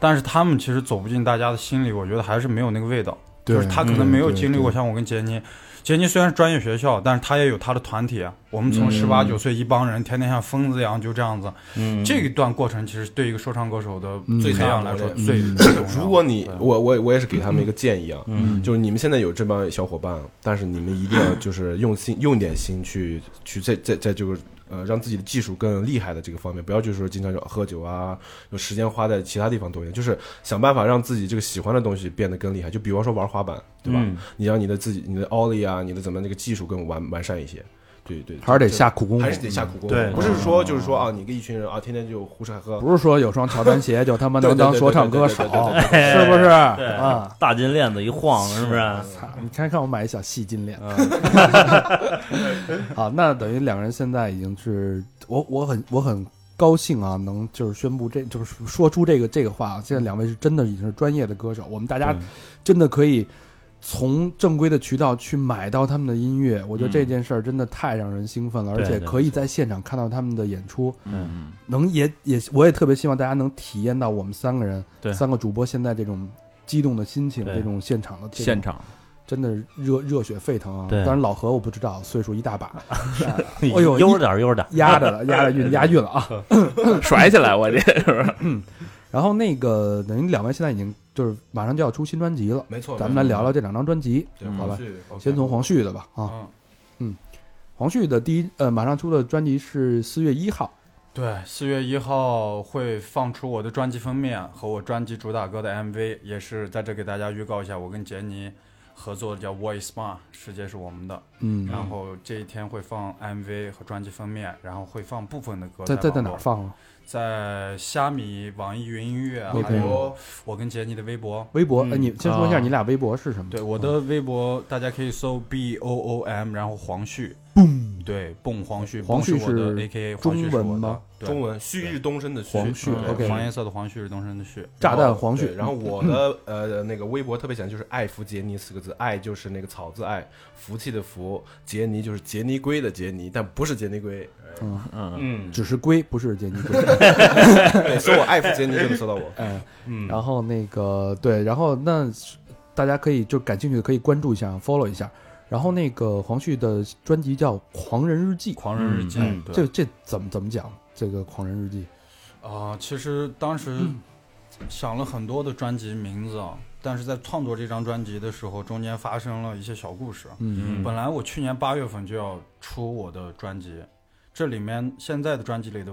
S8: 但是他们其实走不进大家的心里，我觉得还是没有那个味道。
S3: 对
S8: 就是他可能没有经历过像我跟杰尼，杰尼虽然是专业学校，但是他也有他的团体啊。我
S3: 嗯
S8: 们从十八九岁一帮人天天像疯子一样就这样子，
S4: 嗯
S8: 这一段过程其实对一个说唱歌手的
S3: 嗯
S8: 培养来说
S7: 嗯
S8: 最重要的。
S7: 如果你
S8: 对
S7: 我我我也是给他们
S3: 嗯
S7: 一个建议啊，就是你们现在有这帮小伙伴，但是你们一定要 就是用心用点心去去在在在就是呃让自己的技术更厉害的这个方面，不要就是说经常就喝酒啊，有时间花在其他地方多一点，就是想办法让自己这个喜欢的东西变得更厉害。就比方说玩滑板，对吧？
S3: 嗯
S7: 你让你的自己你的奥利啊，你的怎么那个技术更完完善一些。对对，
S3: 还是得下苦功夫，
S7: 还是得下苦功夫，
S4: 对
S7: 不是说就是说啊，你跟一群人啊，天天就胡吃海喝，
S3: 不是说有双乔丹鞋就他妈能当说唱歌手，
S7: 对对对对对
S3: 是不是
S4: 对
S3: 啊？
S4: 大金链子一晃，是不啊是？
S3: 操！你看看我买一小细金链。
S4: 嗯
S3: 好，那等于两个人现在已经是我我很我很高兴啊，能就是宣布这就是说出这个这个话啊。现在两位是真的已经是专业的歌手，我们大家真的可以从正规的渠道去买到他们的音乐。我觉得这件事儿真的太让人兴奋了，而
S4: 嗯对
S3: 且
S4: 对
S3: 可以在现场看到他们的演出。
S2: 嗯，
S3: 能也也，我也特别希望大家能体验到我们三个人，
S2: 对
S3: 三个主播现在这种激动的心情，
S4: 对
S3: 这种现场的这种
S2: 现场
S3: 真的热热血沸腾啊！
S4: 对
S3: 当然老何我不知道，岁数一大把，哎呦，
S4: 悠着点儿，悠着点儿。
S3: 一压着了，压着运，押韵了啊！
S2: 甩起来，我这
S3: 然后那个等于两位现在已经就是马上就要出新专辑了，
S7: 没错，
S3: 咱们来聊聊这两张专辑，
S7: 对
S3: 好吧？，
S7: 黄旭
S3: 先从黄旭的吧啊，
S8: 嗯，
S3: 黄旭的第一呃马上出的专辑是四月一号，
S8: 对，四月一号会放出我的专辑封面和我专辑主打歌的 MV，也是在这给大家预告一下，我跟杰尼合作的叫《Voice Bar》，世界是我们的。
S3: 嗯，
S8: 然后这一天会放 MV 和专辑封面，然后会放部分的歌
S3: 在在在
S8: 网
S3: 哪
S8: 络
S3: 儿？放啊？
S8: 在虾米、网易云音乐，
S3: OK
S8: 还有 我跟杰尼的微博。
S3: 微博，
S4: 嗯
S3: 哎，你先说一下
S8: 啊
S3: 你俩微博是什么？嗯
S8: 对，我的微博大家可以搜 B O O M，然后黄旭。
S3: 嗯
S8: 对，蹦黄旭，
S3: 黄旭
S8: 蹦是我的
S3: 是
S8: A K A，黄旭是
S3: 中文
S8: 我
S3: 吗
S8: 的
S7: 中
S8: 文。
S7: 文旭日东升的旭
S3: 黄
S2: 嗯
S3: 旭
S7: 对
S3: OK
S8: 黄颜色的黄旭是东升的旭。
S3: 炸弹黄旭
S7: 对，然后我的呃那个微博特别想就是“爱福杰尼”四个字，爱就是那个草字爱，福气的福，杰尼就是杰尼龟的杰尼，但不是杰尼龟。
S4: 嗯，
S3: 只是龟，不是杰尼龟。
S7: 对，搜我爱福杰尼就能搜到我。
S3: 哎，
S4: 嗯
S3: 然后那个对，然后那大家可以就感兴趣的可以关注一下，follow 一下。然后那个黄旭的专辑叫《狂人日记》，
S8: 狂人日记，
S4: 嗯
S8: 对
S3: 这这怎么怎么讲？这个《狂人日记》
S8: 啊、其实当时想了很多的专辑名字啊，但是在创作这张专辑的时候，中间发生了一些小故事。
S3: 嗯，
S8: 本来我去年八月份就要出我的专辑，这里面现在的专辑里的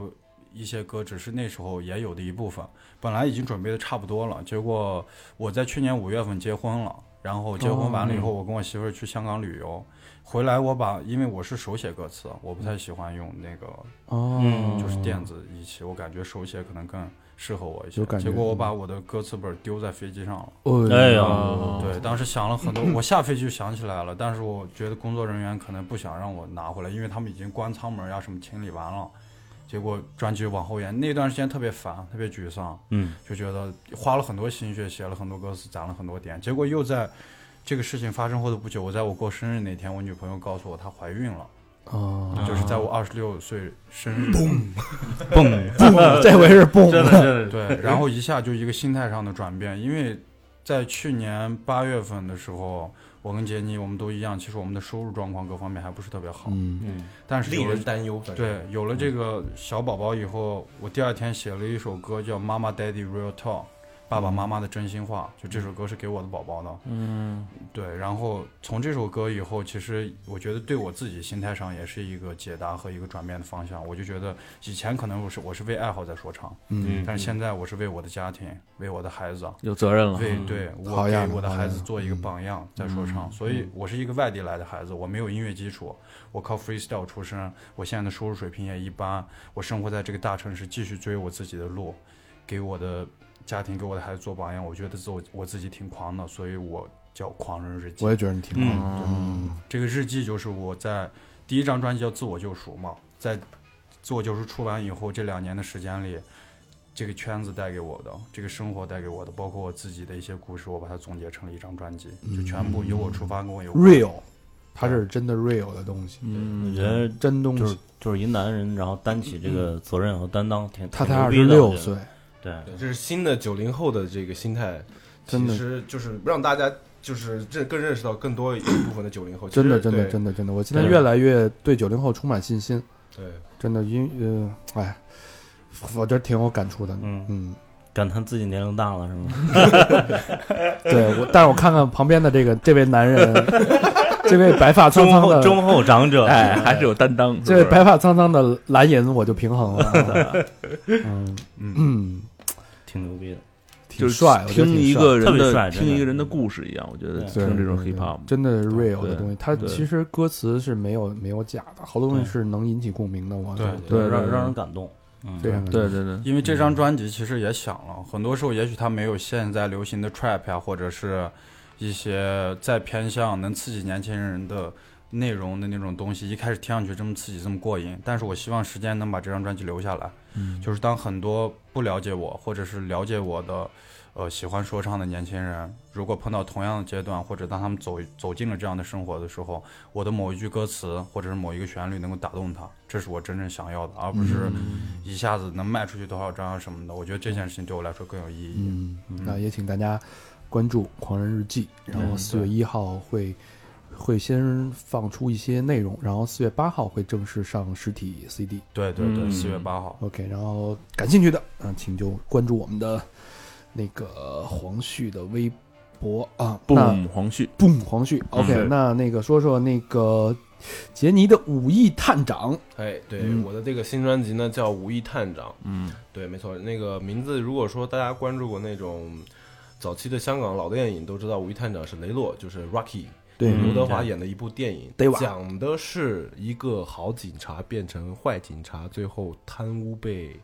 S8: 一些歌只是那时候也有的一部分，本来已经准备的差不多了，结果我在去年五月份结婚了，然后结婚完了以
S3: 哦
S8: 后，我跟我媳妇儿去香港旅游，回来我把因为我是手写歌词，我不太喜欢用那个
S3: 哦，
S4: 嗯
S8: 就是电子仪器，我感觉手写可能更适合我一些
S3: 有。感觉
S8: 结果我把我的歌词本丢在飞机上了。
S4: 哎呀，
S3: 呀，哦
S8: 对，当时想了很多，我下飞机就想起来了，但是我觉得工作人员可能不想让我拿回来，因为他们已经关舱门呀什么清理完了。结果专辑往后延，那段时间特别烦，特别沮丧，
S4: 嗯，
S8: 就觉得花了很多心血，写了很多歌词，攒了很多点，结果又在这个事情发生后的不久，我在我过生日那天，我女朋友告诉我她怀孕了。
S3: 哦，
S8: 就是在我二十六岁生日，
S10: 蹦，
S3: 这回是蹦
S4: 真的真的，
S8: 对， 然后一下就一个心态上的转变，因为在去年八月份的时候，我跟杰尼我们都一样，其实我们的收入状况各方面还不是特别好，
S3: 嗯
S7: 嗯，
S8: 但是有
S7: 令
S8: 了
S7: 人担忧。反正，嗯
S8: 对有了这个小宝宝以后，我第二天写了一首歌叫《妈妈 Daddy Real Talk》，爸爸妈妈的真心话，就这首歌是给我的宝宝的，
S2: 嗯，
S8: 对，然后从这首歌以后，其实我觉得对我自己心态上也是一个解答和一个转变的方向。我就觉得以前可能我是我是为爱好在说唱，
S3: 嗯，
S8: 但是现在我是为我的家庭、为我的孩子、啊
S2: 有责任了，
S8: 为对我
S3: 好
S8: 给
S3: 样的
S8: 我的
S3: 好
S8: 孩子
S3: 样的
S8: 做一个榜样在说唱。
S3: 嗯
S8: 所以我是一个外地来的孩子，我没有音乐基础，我靠 freestyle 出身，我现在的收入水平也一般，我生活在这个大城市，继续追我自己的路，给我的家庭、给我的孩子做榜样，我觉得自我我自己挺狂的，所以我叫狂人日记。
S3: 我也觉得你挺好。嗯，
S8: 这个日记就是我在第一张专辑叫《自我救赎》嘛，在《自我救赎》出完以后，这两年的时间里，这个圈子带给我的，这个生活带给我的，包括我自己的一些故事，我把它总结成了一张专辑，就全部由我出发，跟我有关。
S3: real，它这是真的 real 的东西，
S2: 嗯，
S4: 我觉得
S3: 真东
S4: 就是
S3: 西。
S4: 就是一男人，然后担起这个责任和担当，挺
S3: 他
S4: 挺牛
S3: 才二
S4: 逼
S3: 十
S4: 的
S3: 六
S4: 我觉
S3: 岁
S4: 得，对，
S7: 这是新的九零后的这个心态，
S3: 真的
S7: 其实就是让大家就是认更认识到更多一部分的九零后。
S3: 真的，真的，
S7: 的
S3: 真的，真的，我现在
S4: 对
S3: 越来越对九零后充满信心，
S7: 对，
S3: 真的，因呃，哎，我觉得挺有感触的。
S4: 嗯，
S3: 嗯，
S4: 感叹自己年龄大了是 吗？
S3: 对我，但是我看看旁边的这个这位男 人，这位白发苍
S4: 忠
S3: 苍
S4: 厚
S3: 的，
S4: 忠厚长 者，
S2: 哎，还是有担当，
S3: 这
S2: 是
S3: 位
S2: 不是
S3: 白发苍苍的蓝银，我就平衡 了啊。嗯嗯，
S4: 挺牛逼的。
S3: 挺
S2: 就是
S3: 帅，我觉得
S2: 听
S3: 挺
S2: 一
S3: 帅
S2: 个人
S4: 特别
S2: 的
S4: 帅
S2: 听
S4: 真的
S2: 一个人的故事一样，我觉得
S3: 对
S2: 听这种
S3: 对
S2: hip hop，
S3: 真的是 real 的
S2: 对
S3: 东西，它
S2: 对
S3: 其实歌词是没有没有假的，好多东西是能引起共鸣的。我
S8: 对
S3: 觉得
S2: 对对
S4: 让
S2: 对
S4: 让人感动。嗯，
S3: 非常感
S2: 对
S3: 动
S2: 对对，
S8: 因为这张专辑其实也想了，很多时候也许它没有现在流行的 trap 呀、或者是一些再偏向能刺激年轻人的内容的那种东西，一开始听上去这么刺激、这么过瘾。但是我希望时间能把这张专辑留下来，就是当很多不了解我或者是了解我的。呃，喜欢说唱的年轻人，如果碰到同样的阶段，或者当他们走走进了这样的生活的时候，我的某一句歌词或者是某一个旋律能够打动他，这是我真正想要的，而不是
S3: 嗯
S8: 一下子能卖出去多少张啊什么的。我觉得这件事情对我来说更有意义。
S3: 嗯，那也请大家关注《狂人日记》，然后四月一号会会先放出一些内容，然后四月八号会正式上实体 CD。
S8: 对对对，
S2: 嗯
S8: 四月八号，
S3: OK，然后感兴趣的，嗯，请就关注我们的那个黄旭的微博啊。
S2: 不
S3: 那
S2: 嗯黄旭，
S3: boom 黄旭。OK，、
S2: 是
S3: 那那个说说那个杰尼的武艺探长，
S7: 哎，对，
S3: 嗯
S7: 我的这个新专辑呢叫《无意探长》。
S2: 嗯，
S7: 对，没错，那个名字，如果说大家关注过那种早期的香港老电影，都知道《吴一探长》是雷洛，就是 Rocky，
S3: 对
S7: 刘
S4: 嗯
S7: 德华演的一部电影
S3: 对，
S7: 讲的是一个好警察变成坏警察，最后贪污被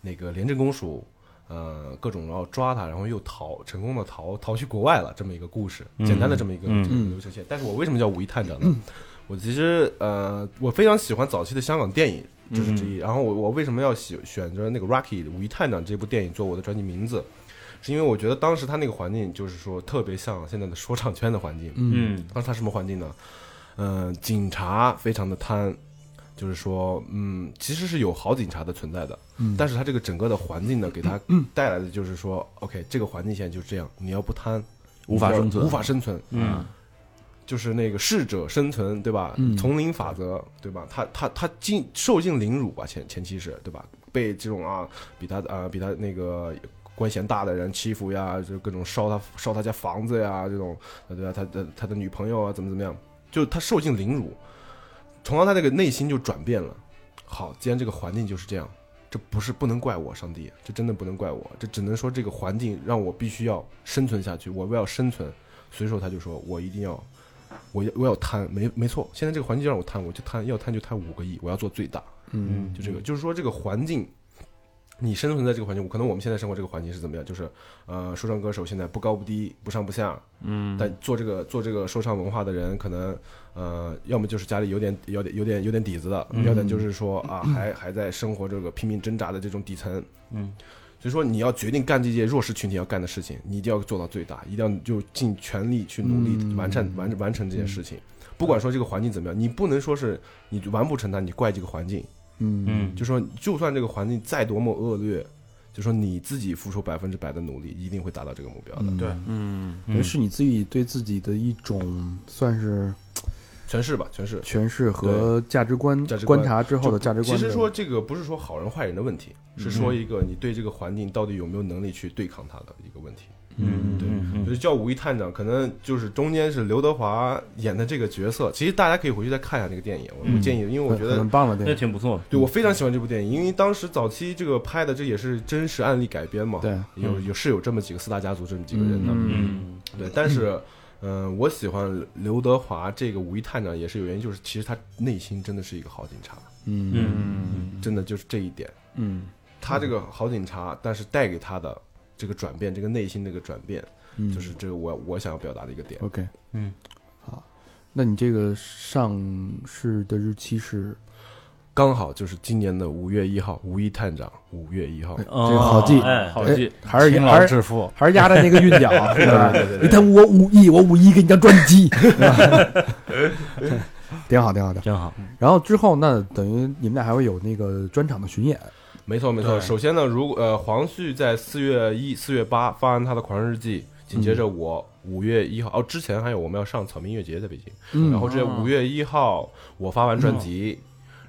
S7: 那个廉政公署。呃，各种然后抓他，然后又逃，成功的逃逃去国外了，这么一个故事，简单的这么一个、
S4: 嗯
S7: 这么一个流程线。但是我为什么叫五一探长呢？
S3: 嗯
S7: 我其实呃，我非常喜欢早期的香港电影，这是之
S3: 嗯
S7: 一。然后我我为什么要喜选择那个《Rocky 五一探长》这部电影做我的专辑名字？是因为我觉得当时他那个环境，就是说特别像现在的说唱圈的环境。
S4: 嗯
S7: 当时他什么环境呢？嗯、警察非常的贪，就是说，嗯，其实是有好警察的存在的，
S3: 嗯
S7: 但是他这个整个的环境呢，给他带来的就是说、o k 这个环境现在就是这样，你要不贪，
S2: 无法
S7: 你要
S2: 生存
S7: 无法生存，
S4: 嗯，
S7: 就是那个适者生存，对吧？
S3: 嗯
S7: 丛林法则，对吧？他他他经受尽凌辱吧，前前期是对吧？被这种啊比他啊、比他那个官衔大的人欺负呀，就各种烧他烧他家房子呀，这种呃对吧？他的他的女朋友啊，怎么怎么样，就他受尽凌辱，从而他这个内心就转变了。好，既然这个环境就是这样，这不是不能怪我，上帝，这真的不能怪我，这只能说这个环境让我必须要生存下去，我为了生存，所以说他就说我一定要，我要我要贪，没没错，现在这个环境让我贪，我就贪，要贪就贪五个亿，我要做最大，
S3: 嗯
S7: 就这个，就是说这个环境，你生存在这个环境，可能我们现在生活这个环境是怎么样？就是呃，说唱歌手现在不高不低，不上不下，嗯，但做这个做这个说唱文化的人，可能呃，要么就是家里有点有点有点有点底子的，要么就是说啊，还还在生活这个拼命挣扎的这种底层，
S4: 嗯。
S7: 所以说，你要决定干这些弱势群体要干的事情，你一定要做到最大，一定要就尽全力去努力
S3: 嗯
S7: 完善、完完成这件事情，不管说这个环境怎么样，你不能说是你完不成它，你怪这个环境。
S3: 嗯，
S4: 嗯，
S7: 就说就算这个环境再多么恶劣，就说你自己付出百分之百的努力，一定会达到这个目标的。
S3: 嗯
S6: 对
S9: 嗯，
S3: 等于是你自己对自己的一种算是
S7: 全是吧，全是。
S3: 诠释和价值观
S7: 价值观
S3: 观察之后的价值观
S7: 其
S3: 的。嗯
S7: 实说这个不是说好人坏人的问题，是说一个你对这个环境到底有没有能力去对抗它的一个问题。
S4: 嗯，
S7: 对
S4: 嗯
S7: 就是叫《五一探长》，可能就是中间是刘德华演的这个角色。其实大家可以回去再看一下这个电影，我
S4: 嗯
S7: 我建议，因为我觉得
S3: 很棒了，
S4: 嗯，那
S3: 对
S4: 挺不错的。
S7: 对我非常喜欢这部电影，因为当时早期这个拍的这也是真实案例改编嘛，
S3: 对，嗯
S7: 有有是有这么几个四大家族这么几个人的，
S4: 嗯
S7: 对。但是，嗯、我喜欢刘德华这个五一探长也是有原因，就是其实他内心真的是一个好警察，
S3: 嗯
S4: 嗯
S7: 真的就是这一点，
S3: 嗯
S7: 他这个好警察，但是带给他的这个转变，这个内心这个转变，
S3: 嗯，
S7: 就是这个我我想要表达的一个点。
S3: OK，
S4: 嗯，
S3: 好，那你这个上市的日期是
S7: 刚好就是今年的五月一号，五一探长五月一号，
S3: 这
S4: 哦
S3: 个好记，
S4: 哎，
S2: 好记，
S3: 还是
S6: 勤劳
S3: 还是
S6: 致富，
S3: 还是压着那个韵 脚，对吧
S7: 对对对对
S3: 你看我五一，我五一给你张专 辑，对吧挺好挺好的。
S4: 真好。
S3: 然后之后那等于你们俩还会有那个专场的巡演，
S7: 没错没错。
S6: 对
S7: 首先呢，如果呃黄旭在四月一、四月八发完他的《狂人日记》，紧接着我五月一号哦，之前还有我们要上草莓音乐节在北京，
S3: 嗯
S7: 然后这五月一号我发完专辑。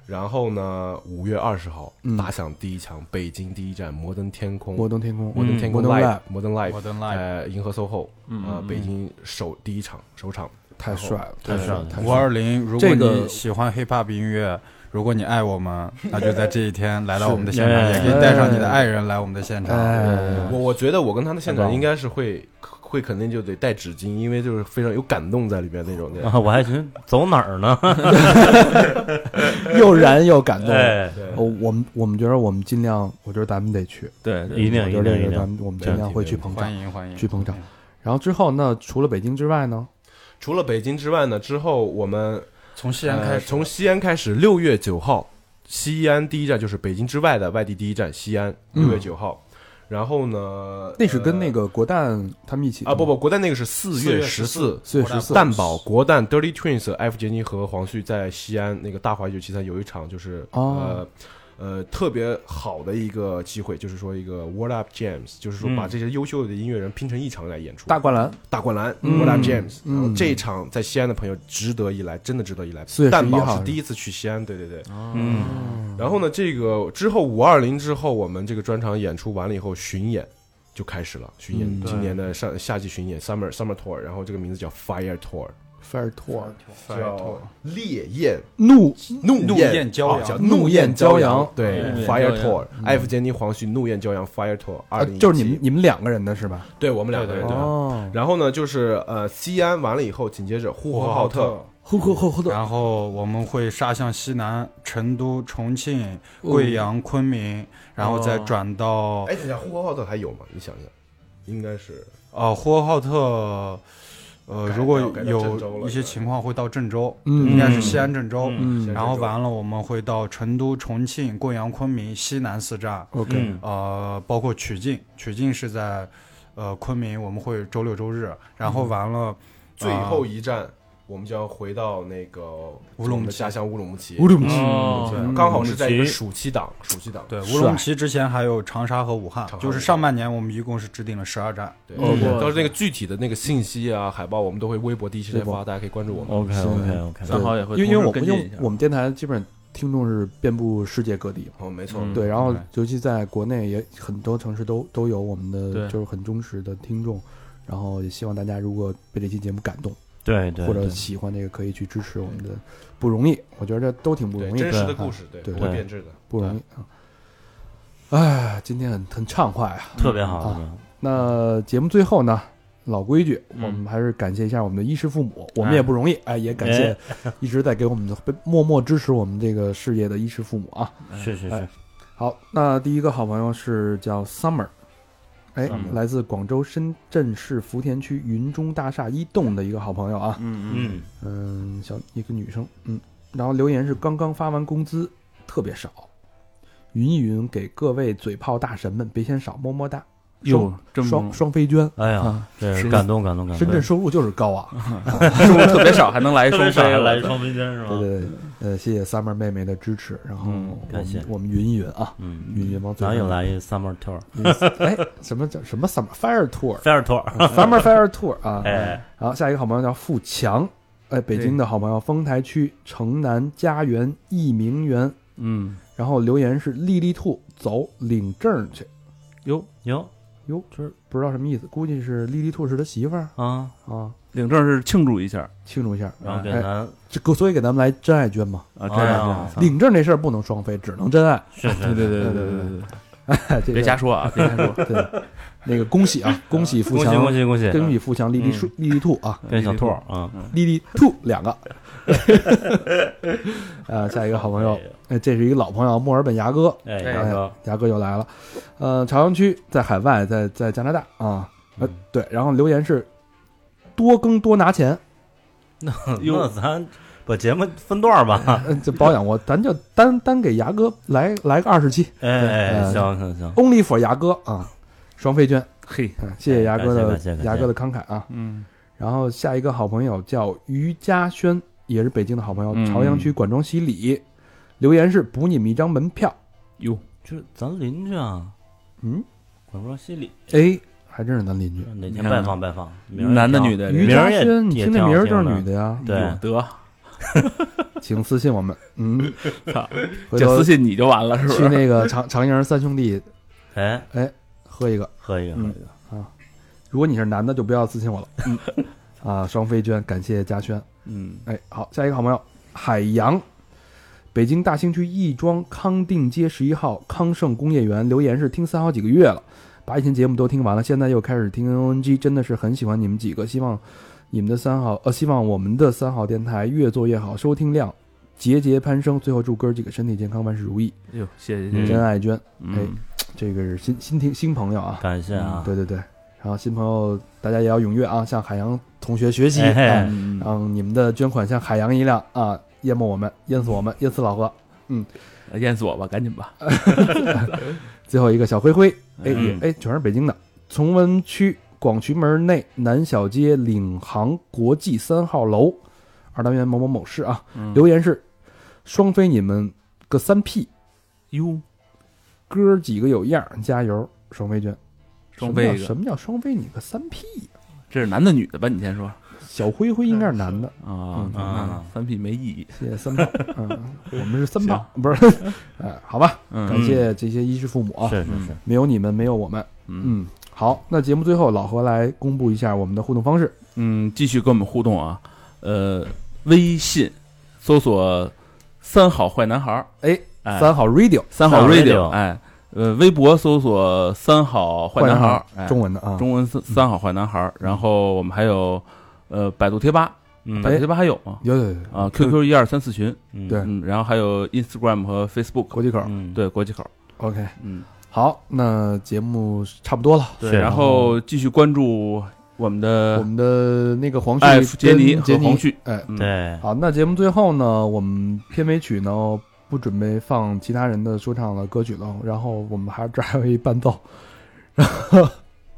S7: 然后呢？五月二十号
S3: 嗯
S7: 打响第一枪，北京第一站摩登天空，
S3: 摩登天空，
S7: 摩登天空
S3: 嗯摩登
S7: live，摩登 live，
S6: 我的
S2: 哎
S6: life，
S7: 呃，银河 SOHO，
S9: 嗯
S7: 呃，北京首第一场首场，
S3: 太帅了，
S4: 太帅了
S3: 太
S6: 五
S3: 帅了。
S6: 二零。如果
S3: 嗯这个
S6: 你喜欢 hip hop 音乐，如果你爱我们，那就在这一 天来到我们的现
S4: 哎
S6: 场，也可以带上你的爱人来我们的现场。
S3: 哎，
S7: 我我觉得我跟他的现场应该是会会肯定就得带纸巾，因为就是非常有感动在里边那种 的。
S4: 啊，我还寻思走哪儿 呢？
S3: 又燃又感动。
S4: 哎，
S3: 哦，我们我们觉得我们尽量，我觉得咱们得去，
S2: 对，对
S4: 一定
S3: 我
S4: 一
S3: 觉得
S4: 定
S3: 这
S4: 一
S3: 个咱
S4: 定。
S3: 们我们尽量会去捧场
S6: 欢。迎欢迎，
S3: 去捧场。然后之后，那除了北京之外呢？
S7: 除了北京之外呢，之后我们
S6: 从西安开
S7: 呃
S6: 始，
S7: 从西安开始，六月九号，西安第一站就是北京之外的外地第一站西安，
S3: 嗯
S7: 六月九号。然后呢，
S3: 那是跟
S7: 呃
S3: 那个国蛋他们一起的
S7: 啊不
S3: 吗，
S7: 不，国蛋那个是四月十四。
S3: 四月十四，
S7: 蛋堡国蛋 Dirty Twins、F 杰尼和黄旭在西安那个大华一九七三有一场，就是、
S3: 哦
S7: 呃呃特别好的一个机会，就是说一个 World Up Jams，就是说
S4: 嗯
S7: 把这些优秀的音乐人拼成一场来演出。
S3: 大灌篮，
S7: 大灌篮、
S3: 嗯
S7: World Up Jams，、
S3: 嗯
S7: 然后这一场在西安的朋友值得一来，真的值得一来。
S3: 4月11
S7: 蛋堡
S3: 号哦
S7: 是第一次去西安，对对对。
S4: 嗯，
S7: 然后呢，这个之后五二零之后，我们这个专场演出完了以后，巡演就开始了。巡演、
S3: 嗯
S7: 今年的上夏季巡演 Summer Summer Tour，然后这个名字叫 Fire Tour，
S3: Fair Tour，
S7: 叫烈焰
S3: 怒
S7: 怒
S6: 怒
S7: 焰
S6: 焰骄
S7: 啊
S6: 阳
S7: 叫
S3: 怒焰骄阳
S7: 对
S9: 嗯
S7: ，Fire
S9: 怒焰骄
S7: Tour，艾弗杰尼黄旭怒焰骄阳 Fire Tour
S3: 啊
S7: 二零，
S3: 就是你们你们两个人的是吧？
S7: 对我们两个人
S6: 对
S7: 对。嗯
S3: 哦，
S7: 然后呢，就是呃，西安完了以后，紧接着呼和浩特，
S3: 呼呼呼呼的，
S6: 然后我们会杀向西南，成都、重庆、
S3: 哦
S6: 贵阳、昆明，然后再转到
S7: 哎，等一下，呼和浩特还有吗？你想想，应该是
S6: 呃呼和浩特。呃，
S7: 改
S6: 如果
S7: 到改到郑州
S6: 有
S7: 了
S6: 一些情况会到郑州，
S3: 嗯
S6: 应该是西安、郑州，
S3: 嗯
S7: 先
S6: 然后
S7: 郑州
S6: 完了我们会到成都、重庆、贵阳、昆明、西南四站，
S3: ，OK，
S4: 嗯，
S6: 呃，包括曲靖，曲靖是在呃昆明，我们会周六周日，然
S3: 嗯
S6: 后完了
S7: 最后一站，我们就要回到那个
S6: 乌
S7: 我
S6: 鲁木齐
S7: 们的家乡乌鲁木齐。
S3: 乌鲁木齐，
S4: 哦，
S7: 对刚好是在一个暑期档，暑期档。
S6: 对，
S3: 帅
S6: 乌鲁木齐之前还有长沙和武汉
S7: 长，沙
S6: 就是上半年我们一共是制定了十二站。
S7: 对，
S9: OK
S7: 到时嗯候那个具体的那个信息啊、海报，我们都会微博第一时间
S3: 微博
S7: 发，大家可以关注我们。
S4: OK OK OK，
S9: 三好也会
S3: 因为因为我
S9: 同
S3: 们
S9: 时跟进
S3: 因为
S9: 一下
S3: 我们电台基本上听众是遍布世界各地嘛，
S7: 哦，没错，
S4: 嗯
S3: 对，然后
S6: 对
S3: 尤其在国内也很多城市都都有我们的
S9: 对
S3: 就是很忠实的听众，然后也希望大家如果被这期节目感动。
S4: 对对，
S3: 或者喜欢这个可以去支持我们的，不容易，我觉得这都挺不
S7: 对，
S3: 容易，
S7: 真实的
S3: 啊
S7: 故事，对，
S3: 对
S7: 不会变质的。
S3: 不容易啊。哎，今天很很畅快啊。
S4: 特别好，
S3: 那节目最后呢，老规矩，
S9: 嗯
S3: 我们还是感谢一下我们的衣食父母，我们
S4: 哎
S3: 也不容易，哎，也感谢一直在给我们的默默支持我们这个事业的衣食父母啊。
S4: 是是是，
S3: 好，那第一个好朋友是叫 Summer。哎，
S4: Summer
S3: 来自广州深圳市福田区云中大厦一栋的一个好朋友啊，
S9: 嗯嗯
S4: 嗯，
S3: 嗯，小一个女生，嗯，然后留言是刚刚发完工资，特别少。云一云给各位嘴炮大神们，别嫌少，么么哒。
S2: 哟，这么
S3: 双双飞娟，
S4: 哎呀
S3: 啊，
S4: 这
S3: 深圳
S4: 感动感动感动！
S3: 深圳收入就是高啊。
S2: 收入特别少，还能来一嗯
S4: 特别
S2: 双
S4: 少
S2: 飞
S4: 还来
S2: 了
S4: 一双飞娟是
S3: 对
S4: 吗？
S3: 对对，呃，谢谢 Summer 妹妹的支持，然后我
S2: 嗯
S3: 们
S4: 感谢
S3: 我们云一云啊，
S4: 嗯，
S3: 云一云往最
S4: 咱
S3: 后
S4: 又来一 summer tour
S3: 云哎，什么叫什么 Summer Fire Tour？
S4: fair tour，
S3: Summer Fire Tour 啊，
S4: 哎，
S3: 然后下一个好朋友叫富强，哎，北京的好朋友，丰台区城南家园益明园，
S2: 嗯，
S3: 然后留言是丽丽兔走领证去，
S2: 哟，
S4: 哟
S3: 哟，这不知道什么意思，估计是丽丽兔是他媳妇儿
S4: 啊，
S3: 啊，
S2: 领证是庆祝一下
S3: 庆祝一下。
S4: 然后给
S3: 哎
S4: 咱
S3: 这个所以给咱们来真爱捐嘛，
S2: 啊，这
S4: 哎
S2: 样
S4: 呀
S2: 这样
S3: 领证这事儿不能双飞，只能真爱。
S4: 是
S2: 对对
S4: 是是
S2: 对对对对对对，
S3: 哎这
S2: 别
S3: 个
S2: 瞎说啊，别瞎说，
S3: 对，那个恭喜啊，恭喜富
S4: 恭喜
S3: 强，
S4: 恭喜恭啊嗯喜！
S3: 恭喜富强，丽丽兔，丽丽兔啊，
S4: 跟小兔儿啊，
S3: 丽丽兔两个。 呃，下一个好朋友，哎，这是一个老朋友，墨尔本牙哥，
S4: 哎，
S2: 哎
S4: 大哥，
S3: 牙哥又来了。呃，朝阳区在海外，在在加拿大啊，呃，对，然后留言是多更多拿钱，
S4: 那咱把节目分段儿吧。
S3: 呃这保养我，咱就单单给牙哥来来个二十期
S4: 哎，
S3: 哎
S4: 行行行，
S3: ，Only for 牙哥啊，双飞捐，
S2: 嘿，
S3: 嗯谢谢牙哥的
S4: 感谢感谢感谢
S3: 牙哥的慷慨啊。
S2: 嗯，
S3: 然后下一个好朋友叫于嘉轩，也是北京的好朋友，
S2: 嗯
S3: 朝阳区管庄西里，留言是补你们一张门票，
S2: 哟，
S4: 这咱邻居啊，
S3: 嗯，
S4: 广州西里
S3: 哎，还真是咱邻居。啊
S4: 哪天拜访拜访，明儿
S2: 啊男的女
S4: 也挺好
S2: 的，
S3: 于
S4: 名
S3: 嘉
S4: 儿也
S3: 轩，你
S4: 也
S3: 听这
S4: 挺好
S3: 名儿就
S4: 听
S3: 是
S4: 的
S3: 女的呀，
S4: 对
S2: 哟得
S3: 请私信我们。嗯，
S2: 操
S3: 回
S2: 这
S3: 头
S2: 私信你就完了是不
S3: 去
S2: 是？
S3: 那个长长营三兄弟
S4: 哎，
S3: 喝一个。
S4: 喝一个，喝
S3: 嗯
S4: 一个，
S3: 如果你是男的，就不要私信我了。 啊，双飞娟，感谢嘉轩。
S2: 嗯，
S3: 哎，好，下一个好朋友海洋，北京大兴区亦庄康定街十一号康盛工业园，留言是听三好几个月了，把以前节目都听完了，现在又开始听 NNG，真的是很喜欢你们几个，希望你们的三好呃，希望我们的三好电台越做越好，收听量节节攀升。最后祝哥儿几个身体健康，万事如意，
S2: 哟，谢谢谢
S4: 嗯
S2: 谢，
S3: 真爱娟，
S2: 嗯，
S3: 这个是新新听新朋友啊，
S4: 感谢啊，
S3: 对对对，然后新朋友大家也要踊跃啊，向海洋同学学习，
S4: 哎嘿
S3: 哎
S2: 嗯嗯
S3: 让你们的捐款像海洋一样啊，淹没我们，淹死我们，淹死老何。
S2: 嗯淹死我吧，赶紧吧，
S3: 最后一个小灰灰，哎
S2: 嗯
S3: 也哎，全是北京的，崇文区广渠门内南小街领航国际三号楼二单元某某某室啊，
S2: 嗯
S3: 留言是双飞你们个三 P
S2: 哟，
S3: 哥儿几个有样儿，加油，双飞捐。
S2: 双飞一
S3: 什么叫
S2: 个
S3: 什么叫双飞？你个三 P，
S2: 这是男的女的吧？你先说
S3: 小灰灰应该是男的，
S2: 啊
S3: 嗯，
S2: 那三 P 没意义，
S3: 谢谢三炮，嗯，我们是三炮，不是，呃，好吧，
S2: 嗯
S3: 感谢这些衣食父母啊，
S4: 是是是，
S3: 没有你们，没有我们，
S2: 嗯
S3: 嗯，好，那节目最后老何来公布一下我们的互动方式，
S2: 嗯，继续跟我们互动啊，呃，微信搜索“三好坏男孩”，儿
S3: 哎，”，
S2: 哎，
S3: 三好 radio
S2: 三好
S4: 好
S2: radio，
S4: radio
S2: 哎，呃，微博搜索“三好坏
S3: 男
S2: 男孩”，儿
S3: 儿”，
S2: 哎
S3: 中文的啊，
S2: 中文三三好坏男孩，儿”，然后我们还有呃百度贴吧，
S4: 嗯
S2: 百
S6: 哎
S2: 度贴吧还有吗？
S3: 有有有有
S2: 啊，QQ 一二三四群，
S4: 嗯
S3: 对
S2: 嗯，然后还有 Instagram 和 Facebook，
S3: 国际口
S4: 嗯，
S2: 对，国际口，
S3: ，OK，
S2: 嗯，
S3: 好，那节目差不多了，
S4: 对
S2: 对，然后继续关注我们
S3: 我
S2: 的
S3: 们的那个黄
S2: 艾
S3: 旭
S2: 弗杰尼
S3: 跟
S2: 和
S3: 杰
S2: 黄
S3: 尼，
S2: 旭，
S3: 哎，
S2: 嗯，
S4: 对，
S3: 好，那节目最后呢，我们片尾曲呢不准备放其他人的说唱的歌曲了，然后我们还这儿还有一伴奏， 然后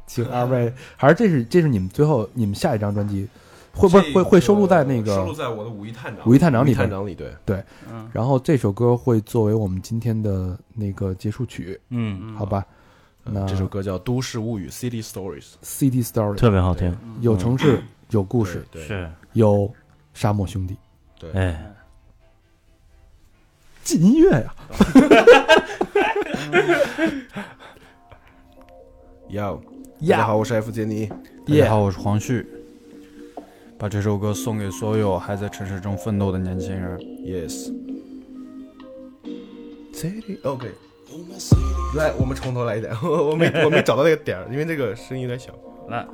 S3: 请二位，还是这是这是你们最后你们下一张专辑会不会会会收录在那
S7: 收录
S3: 个，
S7: 在我的五一探长
S3: 五一探长里
S7: 五一探
S3: 边
S7: 长里对，
S2: 嗯
S3: 然后这首歌会作为我们今天的那个结束曲，
S4: 嗯，
S3: 好吧？那
S7: 这首歌叫《都市物语》（City Stories）。
S3: City Story
S4: 特别好听，
S3: 有城市，有故事，
S7: 嗯对，对
S4: 是，
S3: 有沙漠兄弟，
S4: 哎，
S3: 进音乐呀！
S7: Yo，大
S3: 呀
S7: 家好，我是 F 杰尼。
S6: 大家
S3: 耶，
S6: 好，我是黄旭，把这首歌送给所有还在城市中奋斗的年轻人。
S7: Yes。City OK。来，我们从头来一点， 我没我没找到那个点儿，因为那个声音有点小。
S2: 来，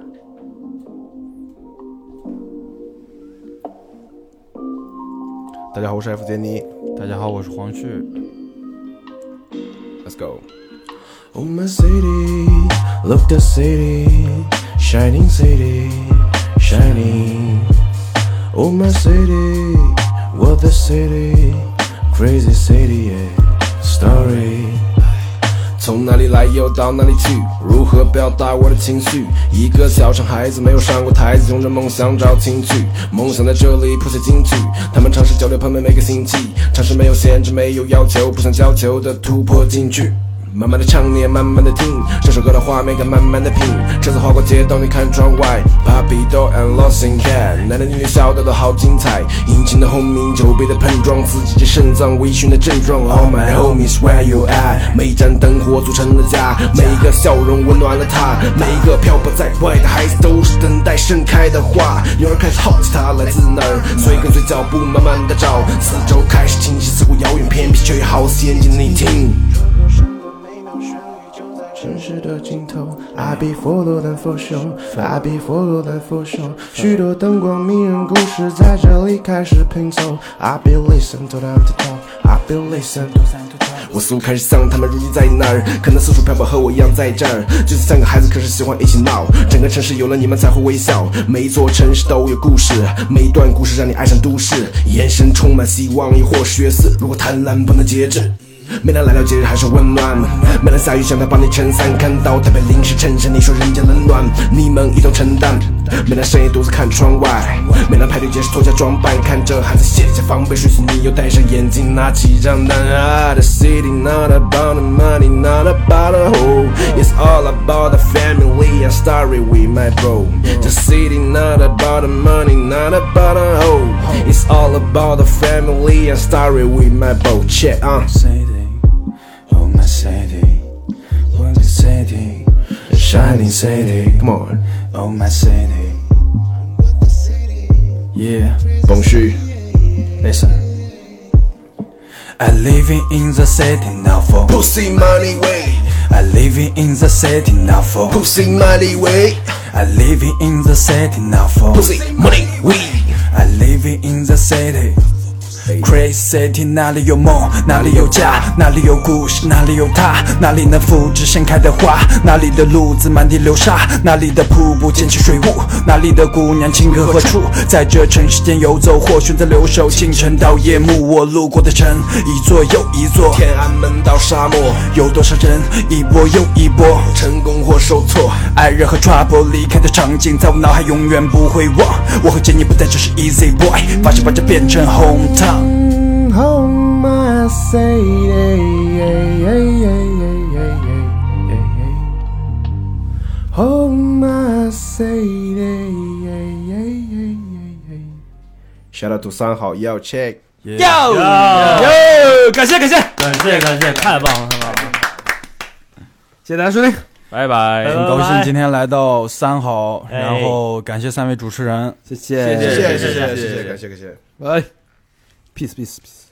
S7: 大家好，我是 F 杰尼
S6: 大家好，我是黄旭。
S7: ，Let's go。
S5: Oh, my city, look the city, shining city, shining. Oh, my city, what the city, crazy city, yeah, story.
S7: 从
S5: 从
S7: 哪里来又到哪里去，如何表达我的情绪？一个小城孩子没有上过台子，用着梦想找情趣，梦想在这里谱写金句。他们尝试交流朋友每个星期，尝试没有限制，没有要求，不想要求的突破进去。慢慢的唱，你也慢慢的听，这首歌的画面感慢慢的品。车子划过街道，你看窗外，Puppy Dog and Lost in Cat，男男女女笑得都好精彩。引擎的轰鸣，酒杯的碰撞，刺激着肾脏微醺的症状。All my homies where you at？每一盏灯火组成了家，每一个笑容温暖了他，每一个漂泊在外的孩子都是等待盛开的花。有人开始好奇它来自哪儿，所以跟随脚步慢慢的找，四周开始清晰，似乎遥远偏僻，却又好似眼睛的你听。城市的尽头，I be for 罗兰 for show，I be for 罗兰 for show。许多灯光迷人故事在这里开始拼凑，I be listen to them to talk，I be listen to them to talk。我似乎开始像他们如今在哪儿，可能四处漂泊和我一样在这儿，就是三个孩子，可是喜欢一起闹。整个城市有了你们才会微笑，每一座城市都有故事，每一段故事让你爱上都市，眼神充满希望，亦或血丝，如果贪婪不能节制。没能来到节日还是温暖，没能下雨想到帮你撑伞，看到特别淋湿衬衫，你说人家冷暖，你们一同承担。没能深夜独自看窗外，没能排队结束脱下装扮，看着孩子卸下防备，睡醒你又戴上眼镜，拿起账单。I the city not about the money, not about the hoe, it's all about the family. I'm sorry we my bro. The city not about the money, not about the hoe, it's all about the family. I'm sorry we my bro. Check on.
S8: city, oh my city, what a city, a shining city,
S7: Come on.
S8: oh my city. Yeah,
S7: Bonjour.
S8: listen. I living in the city now for
S7: Pussy money way.
S8: I living in the city now for
S7: Pussy money way.
S8: I living in the city now for
S7: Pussy money way.
S8: I living in the city。Crazy City，哪里有梦，哪里有家，哪里有故事，哪里有他，哪里能复制盛开的花，哪里的路子满地流沙，哪里的瀑布溅起水雾，哪里的姑娘情何何处，在这尘世间游走，或选择留守，清晨到夜幕，我路过的城，一座又一座，
S7: 天安门到沙漠，
S8: 有多少人一波又一波，
S7: 成功或受挫，
S8: 爱人和 trouble 离开的场景，在我脑海永远不会忘。我和杰尼不再只是 easy boy，发誓把这变成 hometown。
S7: home I say, yeah, yeah, yeah, yeah, yeah, yeah, yeah, yeah, yeah. Home I say, yeah, yeah, yeah, yeah, yeah, yeah. Shout out to 三好 Yo Check。
S2: 啊
S3: 哟，感谢感谢，
S4: 哎感谢感谢，太棒了，太棒了！
S3: 谢谢大家收听。
S11: 拜拜。
S2: 很高兴今天来到三好，
S4: 哎
S2: 然后感谢三位主持人。
S3: 谢谢
S12: 谢谢谢谢谢谢，感谢感谢。
S3: 喂，peace peace peace。